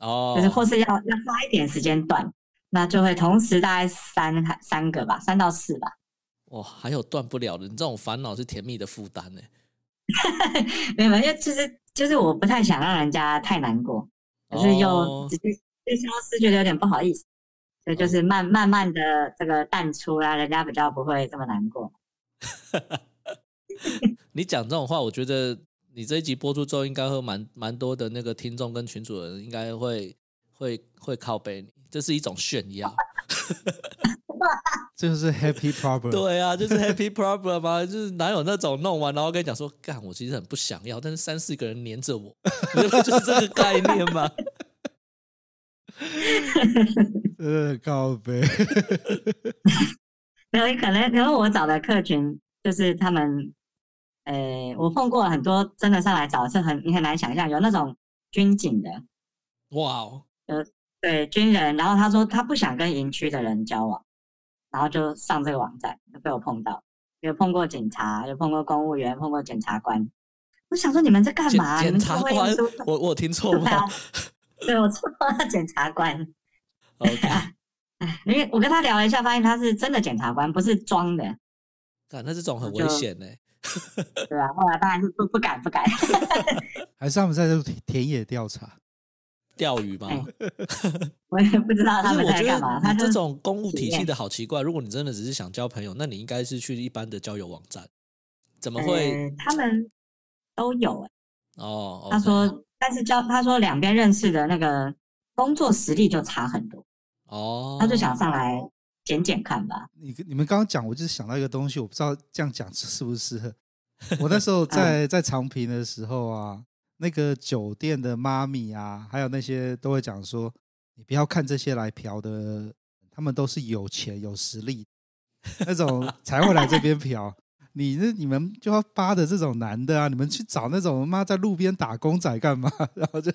Speaker 3: 哦，
Speaker 1: 就是或是要要花一点时间断，那就会同时大概三三个吧，三到四吧。 <laughs>
Speaker 3: 哇，还有断不了的，你这种烦恼是甜蜜的负担欸呢。
Speaker 1: 没有，没有，因为就是就是我不太想让人家太难过，可是又
Speaker 3: 哦
Speaker 1: 直接就消失，觉得有点不好意思，所以就是慢慢慢的这个淡出啊啦、人家比较不会这么难过。
Speaker 3: 你讲这种话，我觉得你这一集播出之后，应该会有蛮蛮多的那个听众跟群主人应该会会会靠背你，这是一种炫耀。
Speaker 2: 这就是 happy problem。
Speaker 3: <laughs> 对 <laughs> 啊，就是 happy problem 啊，就是哪有那种弄完然后跟你讲说，干，我其实很不想要，但是三四个人黏着我， <laughs> 你不就是这个概念吗？
Speaker 2: 呃，告白。
Speaker 1: 没有，可能可能我找的客群就是他们，呃，我碰过很多真的上来找是很你很难想象，有那种军警的，
Speaker 3: <laughs> 哇哦，
Speaker 1: 对军人，然后他说他不想跟营区的人交往，然后就上这个网站，就被我碰到，有碰过警察，有碰过公务员，碰过检察官。我想说你们在干
Speaker 3: 检
Speaker 1: 嘛？你
Speaker 3: 检
Speaker 1: 们社
Speaker 3: 察
Speaker 1: 会运
Speaker 3: 官
Speaker 1: 输，
Speaker 3: 我我有听错
Speaker 1: 对
Speaker 3: <laughs>
Speaker 1: 啊
Speaker 3: 吗，哦
Speaker 1: 对我错了，检察官。
Speaker 3: <laughs> ？OK，
Speaker 1: 因为我跟他聊了一下，发现他是真的检察官，不是装的，
Speaker 3: 干，那这种很
Speaker 1: 我
Speaker 3: 危
Speaker 1: 就
Speaker 3: 险欸呢、
Speaker 1: 对吧、后来当然是不不敢不敢，
Speaker 2: 还是他们在做田田野调查？
Speaker 3: 钓鱼吗？
Speaker 1: 哎我也不知道
Speaker 3: 可
Speaker 1: 他
Speaker 3: 是
Speaker 1: 们
Speaker 3: 我
Speaker 1: 在
Speaker 3: 觉
Speaker 1: 干嘛。
Speaker 3: 得
Speaker 1: 他
Speaker 3: 你
Speaker 1: 就 <laughs>
Speaker 3: 这种公务
Speaker 1: 体
Speaker 3: 体系
Speaker 1: 验
Speaker 3: 的好奇怪。如果你真的只是想交朋友，那你应该是去一般的交友网站，怎么会？
Speaker 1: 呃他们都有、欸。
Speaker 3: 哦，
Speaker 1: 他
Speaker 3: OK
Speaker 1: 说，但是交他说两边认识的那个工作实力就差很多，
Speaker 3: 哦，
Speaker 1: 他就想上来捡捡看吧。
Speaker 2: 你你们刚刚讲，我就是想到一个东西，我不知道这样讲适不适合。我那时候在在长平的时候啊，那个酒店的妈咪啊，还有那些都会讲说，你不要看这些来嫖的，他们都是有钱有实力那种才会来这边嫖。你那你们就要扒着这种男的啊，你们去找那种妈在路边打工仔干嘛？ <laughs> 然后就，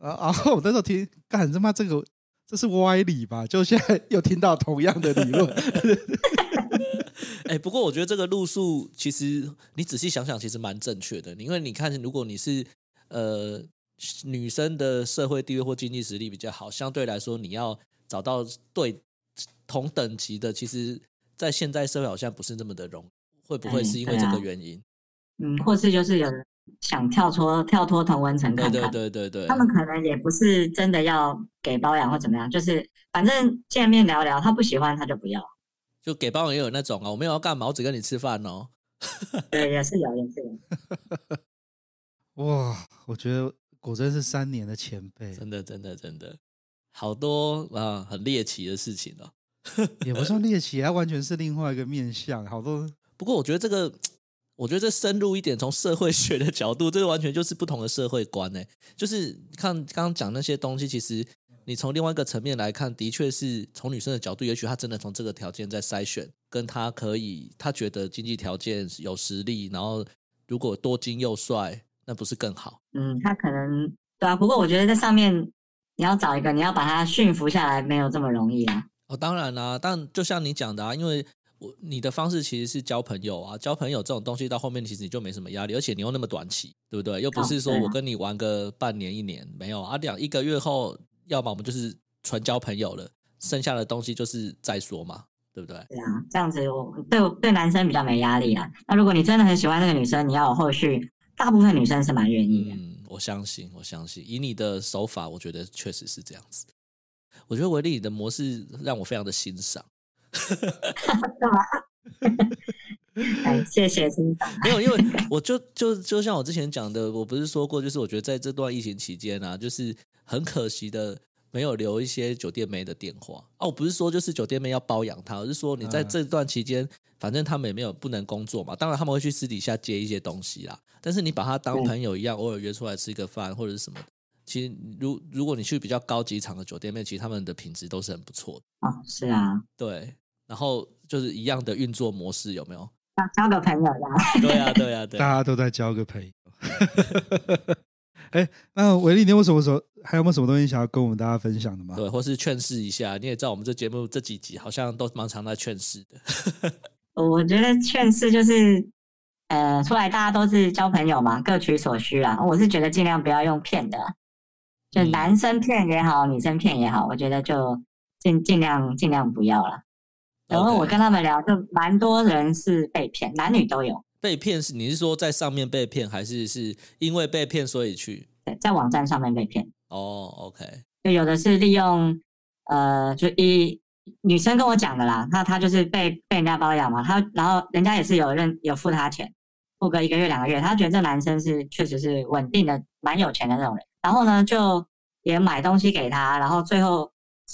Speaker 2: 然后然后我那时候听，干他妈这个这是歪理吧？就现在又听到同样的理论，
Speaker 3: 哎、不过我觉得这个路数其实你仔细想想，其实蛮正确的。因为你看，如果你是呃女生的社会地位或经济实力比较好，相对来说你要找到对同等级的，其实在现在社会好像不是那么的容易。会不会
Speaker 1: 嗯
Speaker 3: 是因为
Speaker 1: 对
Speaker 3: 这
Speaker 1: 啊
Speaker 3: 个原因？
Speaker 1: 嗯，或是就是有人想跳脱跳脱同温层
Speaker 3: 对
Speaker 1: 看看。
Speaker 3: 对对对对，
Speaker 1: 他们可能也不是真的要给包养或怎么样，就是反正见面聊聊，他不喜欢他就
Speaker 3: <laughs>
Speaker 1: 不要。
Speaker 3: 就给包养也有那种啊，我没有要干嘛，我只跟你吃饭哦。
Speaker 1: 对，也是有，也是有。
Speaker 2: <laughs> 哇！我觉得果真是三年的前辈，
Speaker 3: 真的，真的，真的，好多啊，很猎奇的事情哦。
Speaker 2: 也不算猎奇，它啊完全是另外一个面向。好多
Speaker 3: 不过我觉得这个，我觉得这深入一点，从社会 <laughs> 学的角度，这完全就是不同的社会观呢。就是看刚刚讲那些东西，其实你从另外一个层面来看，的确是从女生的角度，也许她真的从这个条件在筛选，跟她可以，她觉得经济条件有实力，然后如果多金又帅，那不是更好？
Speaker 1: 嗯，他可能对啊，不过我觉得在上面你要找一个，你要把他驯服下来，没有这么容易啊。
Speaker 3: 哦，当然啦、但就像你讲的啊，因为我你的方式其实是交朋友啊，交朋友这种东西到后面其实你就没什么压力，而且你又那么短期，对不对？又不
Speaker 1: 哦
Speaker 3: 是说
Speaker 1: 对
Speaker 3: 我
Speaker 1: 啊
Speaker 3: 跟你玩个半年一年，没有啊，两一个月后，要么我们就是纯交朋友了，剩下的东西就是再说嘛，对不对？
Speaker 1: 对啊，这样子我对我对男生比较没压力啊。那如果你真的很喜欢那个女生，你要有后续，大部分女生是蛮愿意的。
Speaker 3: 嗯，我相信，我相信，以你的手法，我觉得确实是这样子。我觉得维利你的模式让我非常的欣赏。
Speaker 1: 哎，谢谢欣赏。
Speaker 3: <laughs> 没有，因为我就就就像我之前讲的，我不是说过，就是我觉得在这段疫情期间啊，就是很可惜的，没有留一些酒店妹的电话啊。我不是说就是酒店妹要包养她，而是说你在
Speaker 2: 嗯
Speaker 3: 这段期间，反正他们也没有不能工作嘛，当然他们会去私底下接一些东西啦。但是你把她当
Speaker 1: 对
Speaker 3: 朋友一样，偶尔约出来吃个饭或者是什么的。其实，如如果你去比较高级场的酒店妹，其实他们的品质都是很不错的。
Speaker 1: 哦，是啊，
Speaker 3: 对，然后就是一样的运作模式，有没 <laughs> 有？
Speaker 1: 交交个朋友啦。
Speaker 3: 对呀、对呀、对
Speaker 2: 大
Speaker 3: 啊。
Speaker 2: 家都在交个朋友。 <laughs> 哎，那维利，你有什么时候还有没有什么东西想要跟我们大家分享的吗？
Speaker 3: 对，或是劝世一下。你也知道，我们这节目这几集好像都蛮常在劝世的。
Speaker 1: 我觉得劝世就是，呃，出来大家都是交朋友嘛，各取所需啊。我是觉得尽量不要用骗的，就
Speaker 3: 嗯
Speaker 1: 男生骗也好，女生骗也好，我觉得就尽尽量尽量不要了。然后
Speaker 3: OK
Speaker 1: 我跟他们聊，就蛮多人是被骗，男女都有，
Speaker 3: 被骗是你是说在上面被骗，还是是因为被骗所以去？
Speaker 1: 对，在网站上面被骗，
Speaker 3: 哦，OK，
Speaker 1: 就有的是利用，呃，就一女生跟我讲的啦，那她就是被被人家包养嘛，她然后人家也是有认有付她钱，付个一个月两个月，她觉得这男生是确实是稳定的，蛮有钱的那种人，然后呢就也买东西给他，然后最后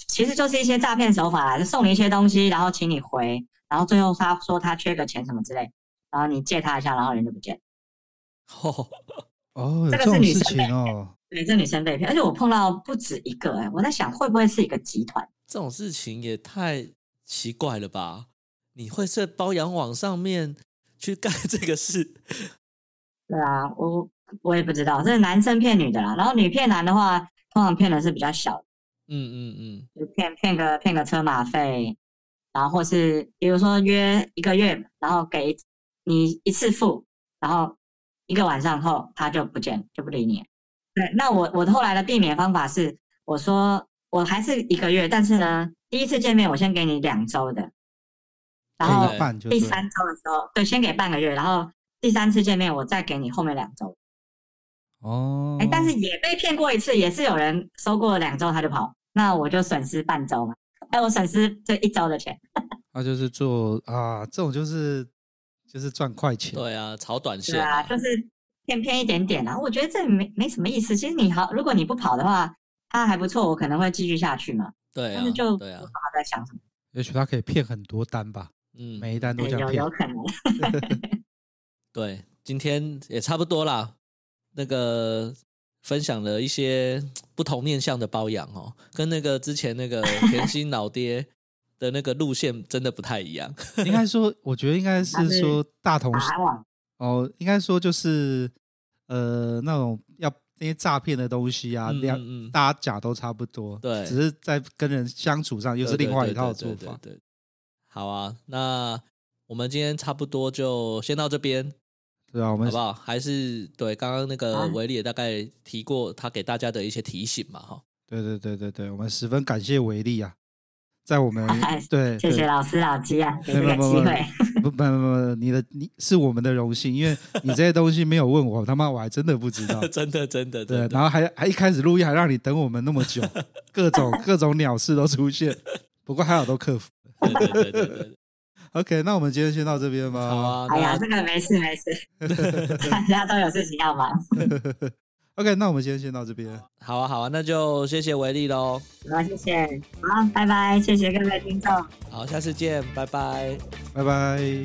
Speaker 1: 其实就是一些诈骗手法啦，就送你一些东西，然后请你回，然后最后他说他缺个钱什么之类，然后你借他一下，然后人就不见了。
Speaker 3: 哦，
Speaker 2: 哦，有
Speaker 1: 这
Speaker 2: 这
Speaker 1: 个是
Speaker 2: 种
Speaker 1: 女
Speaker 2: 事
Speaker 1: 生
Speaker 2: 情哦，
Speaker 1: 对，这女生被骗，而且我碰到不止一个、哎，我在想会不会是一个集团？
Speaker 3: 这种事情也太奇怪了吧？你会在包养网上面去干这个事？
Speaker 1: 对啊，我我也不知道，这是男生骗女的啦。然后女骗男的话，通常骗的是比较小的，
Speaker 3: 嗯嗯嗯，
Speaker 1: 就骗骗个骗个车马费，然后或是比如说约一个月，然后给你一次付，然后一个晚上后他就不见了就不理你了。对，那我我后来的避免方法是，我说我还是一个月，但是呢，第一次见面我先给你两周的，然后
Speaker 2: 可以办就
Speaker 1: 第
Speaker 2: 对
Speaker 1: 三周的时候，对，先给半个月，然后第三次见面我再给你后面两周。
Speaker 2: 哦，
Speaker 1: 哎、但是也被骗过一次，也是有人收过两周他就跑，那我就损失半周嘛。哎、我损失这一周的钱，
Speaker 2: 他就是做啊，这种就是就是赚快钱，
Speaker 3: 对啊，炒短
Speaker 1: 对
Speaker 3: 线
Speaker 1: 啊，
Speaker 3: 啊，
Speaker 1: 就是骗骗一点点啊。我觉得这没没什么意思。其实你好，如果你不跑的话，他还不错，我可能会继续下去嘛。
Speaker 3: 对
Speaker 1: 但
Speaker 3: 啊
Speaker 1: 是就，
Speaker 3: 对啊
Speaker 1: 不知，道在想什么，
Speaker 2: 也许他可以骗很多单吧，
Speaker 3: 嗯，
Speaker 2: 每一单都
Speaker 1: 哎
Speaker 2: 想
Speaker 1: 有
Speaker 2: 骗
Speaker 1: 有。可能。
Speaker 3: 对，今天也差不多啦。那个分享了一些不同面向的包养哦，跟那个之前那
Speaker 2: <laughs>
Speaker 3: 个甜心老爹的那个路线真的不太一样。 <laughs>
Speaker 2: 应该说，我觉得应该
Speaker 1: 他
Speaker 2: 是
Speaker 1: 是
Speaker 2: 说大同
Speaker 1: 打网
Speaker 2: 哦，应该说就是呃那种要那些诈骗的东西啊，
Speaker 3: 嗯
Speaker 2: 两、
Speaker 3: 嗯嗯
Speaker 2: 大家假都差不多，
Speaker 3: 对
Speaker 2: 只是在跟人相处上又是
Speaker 3: 对
Speaker 2: 另外
Speaker 3: 对
Speaker 2: 一套
Speaker 3: <laughs> 对
Speaker 2: 做
Speaker 3: 对
Speaker 2: 法。
Speaker 3: 对对对好啊，那我们今天差不多就先到这边，
Speaker 2: 对啊，我
Speaker 3: 好
Speaker 2: 们啊
Speaker 3: 不好？还是对刚刚那个
Speaker 1: 好
Speaker 3: 维里也大概提过他给大家的一些提醒嘛，哈。。
Speaker 2: 对对对对对，我们十分感谢维力啊，在我们对
Speaker 1: 谢谢
Speaker 2: 对
Speaker 1: 老师老鸡啊，给
Speaker 2: 没有
Speaker 1: 这
Speaker 2: 没
Speaker 1: 个
Speaker 2: 有没
Speaker 1: 机
Speaker 2: 有
Speaker 1: 会。
Speaker 2: 不不不不，你的你是我们的荣幸，因为你这些东西没有问我，他妈我还真的不知道
Speaker 3: <laughs> 真的，真的，
Speaker 2: 啊对
Speaker 3: 真，的，
Speaker 2: 然后还还一开始录音还让你等我们那么
Speaker 3: <laughs>
Speaker 2: 久，各种各种鸟事都出现，不过还好都克服。
Speaker 3: 对对对对对
Speaker 2: <laughs>
Speaker 3: 对，
Speaker 2: OK，那我们今天先到这边吧。
Speaker 3: 好啊，
Speaker 1: 哎呀，
Speaker 3: 那
Speaker 1: 这个没事没事，
Speaker 2: <laughs>
Speaker 1: 大家都有事情要忙。
Speaker 2: OK，那我们今天先到这边，
Speaker 3: 好啊，好啊，那就谢谢维力喽。
Speaker 1: 好，谢谢，好，拜拜，谢谢各位听众。
Speaker 3: 好，下次见，拜拜。
Speaker 2: 拜拜。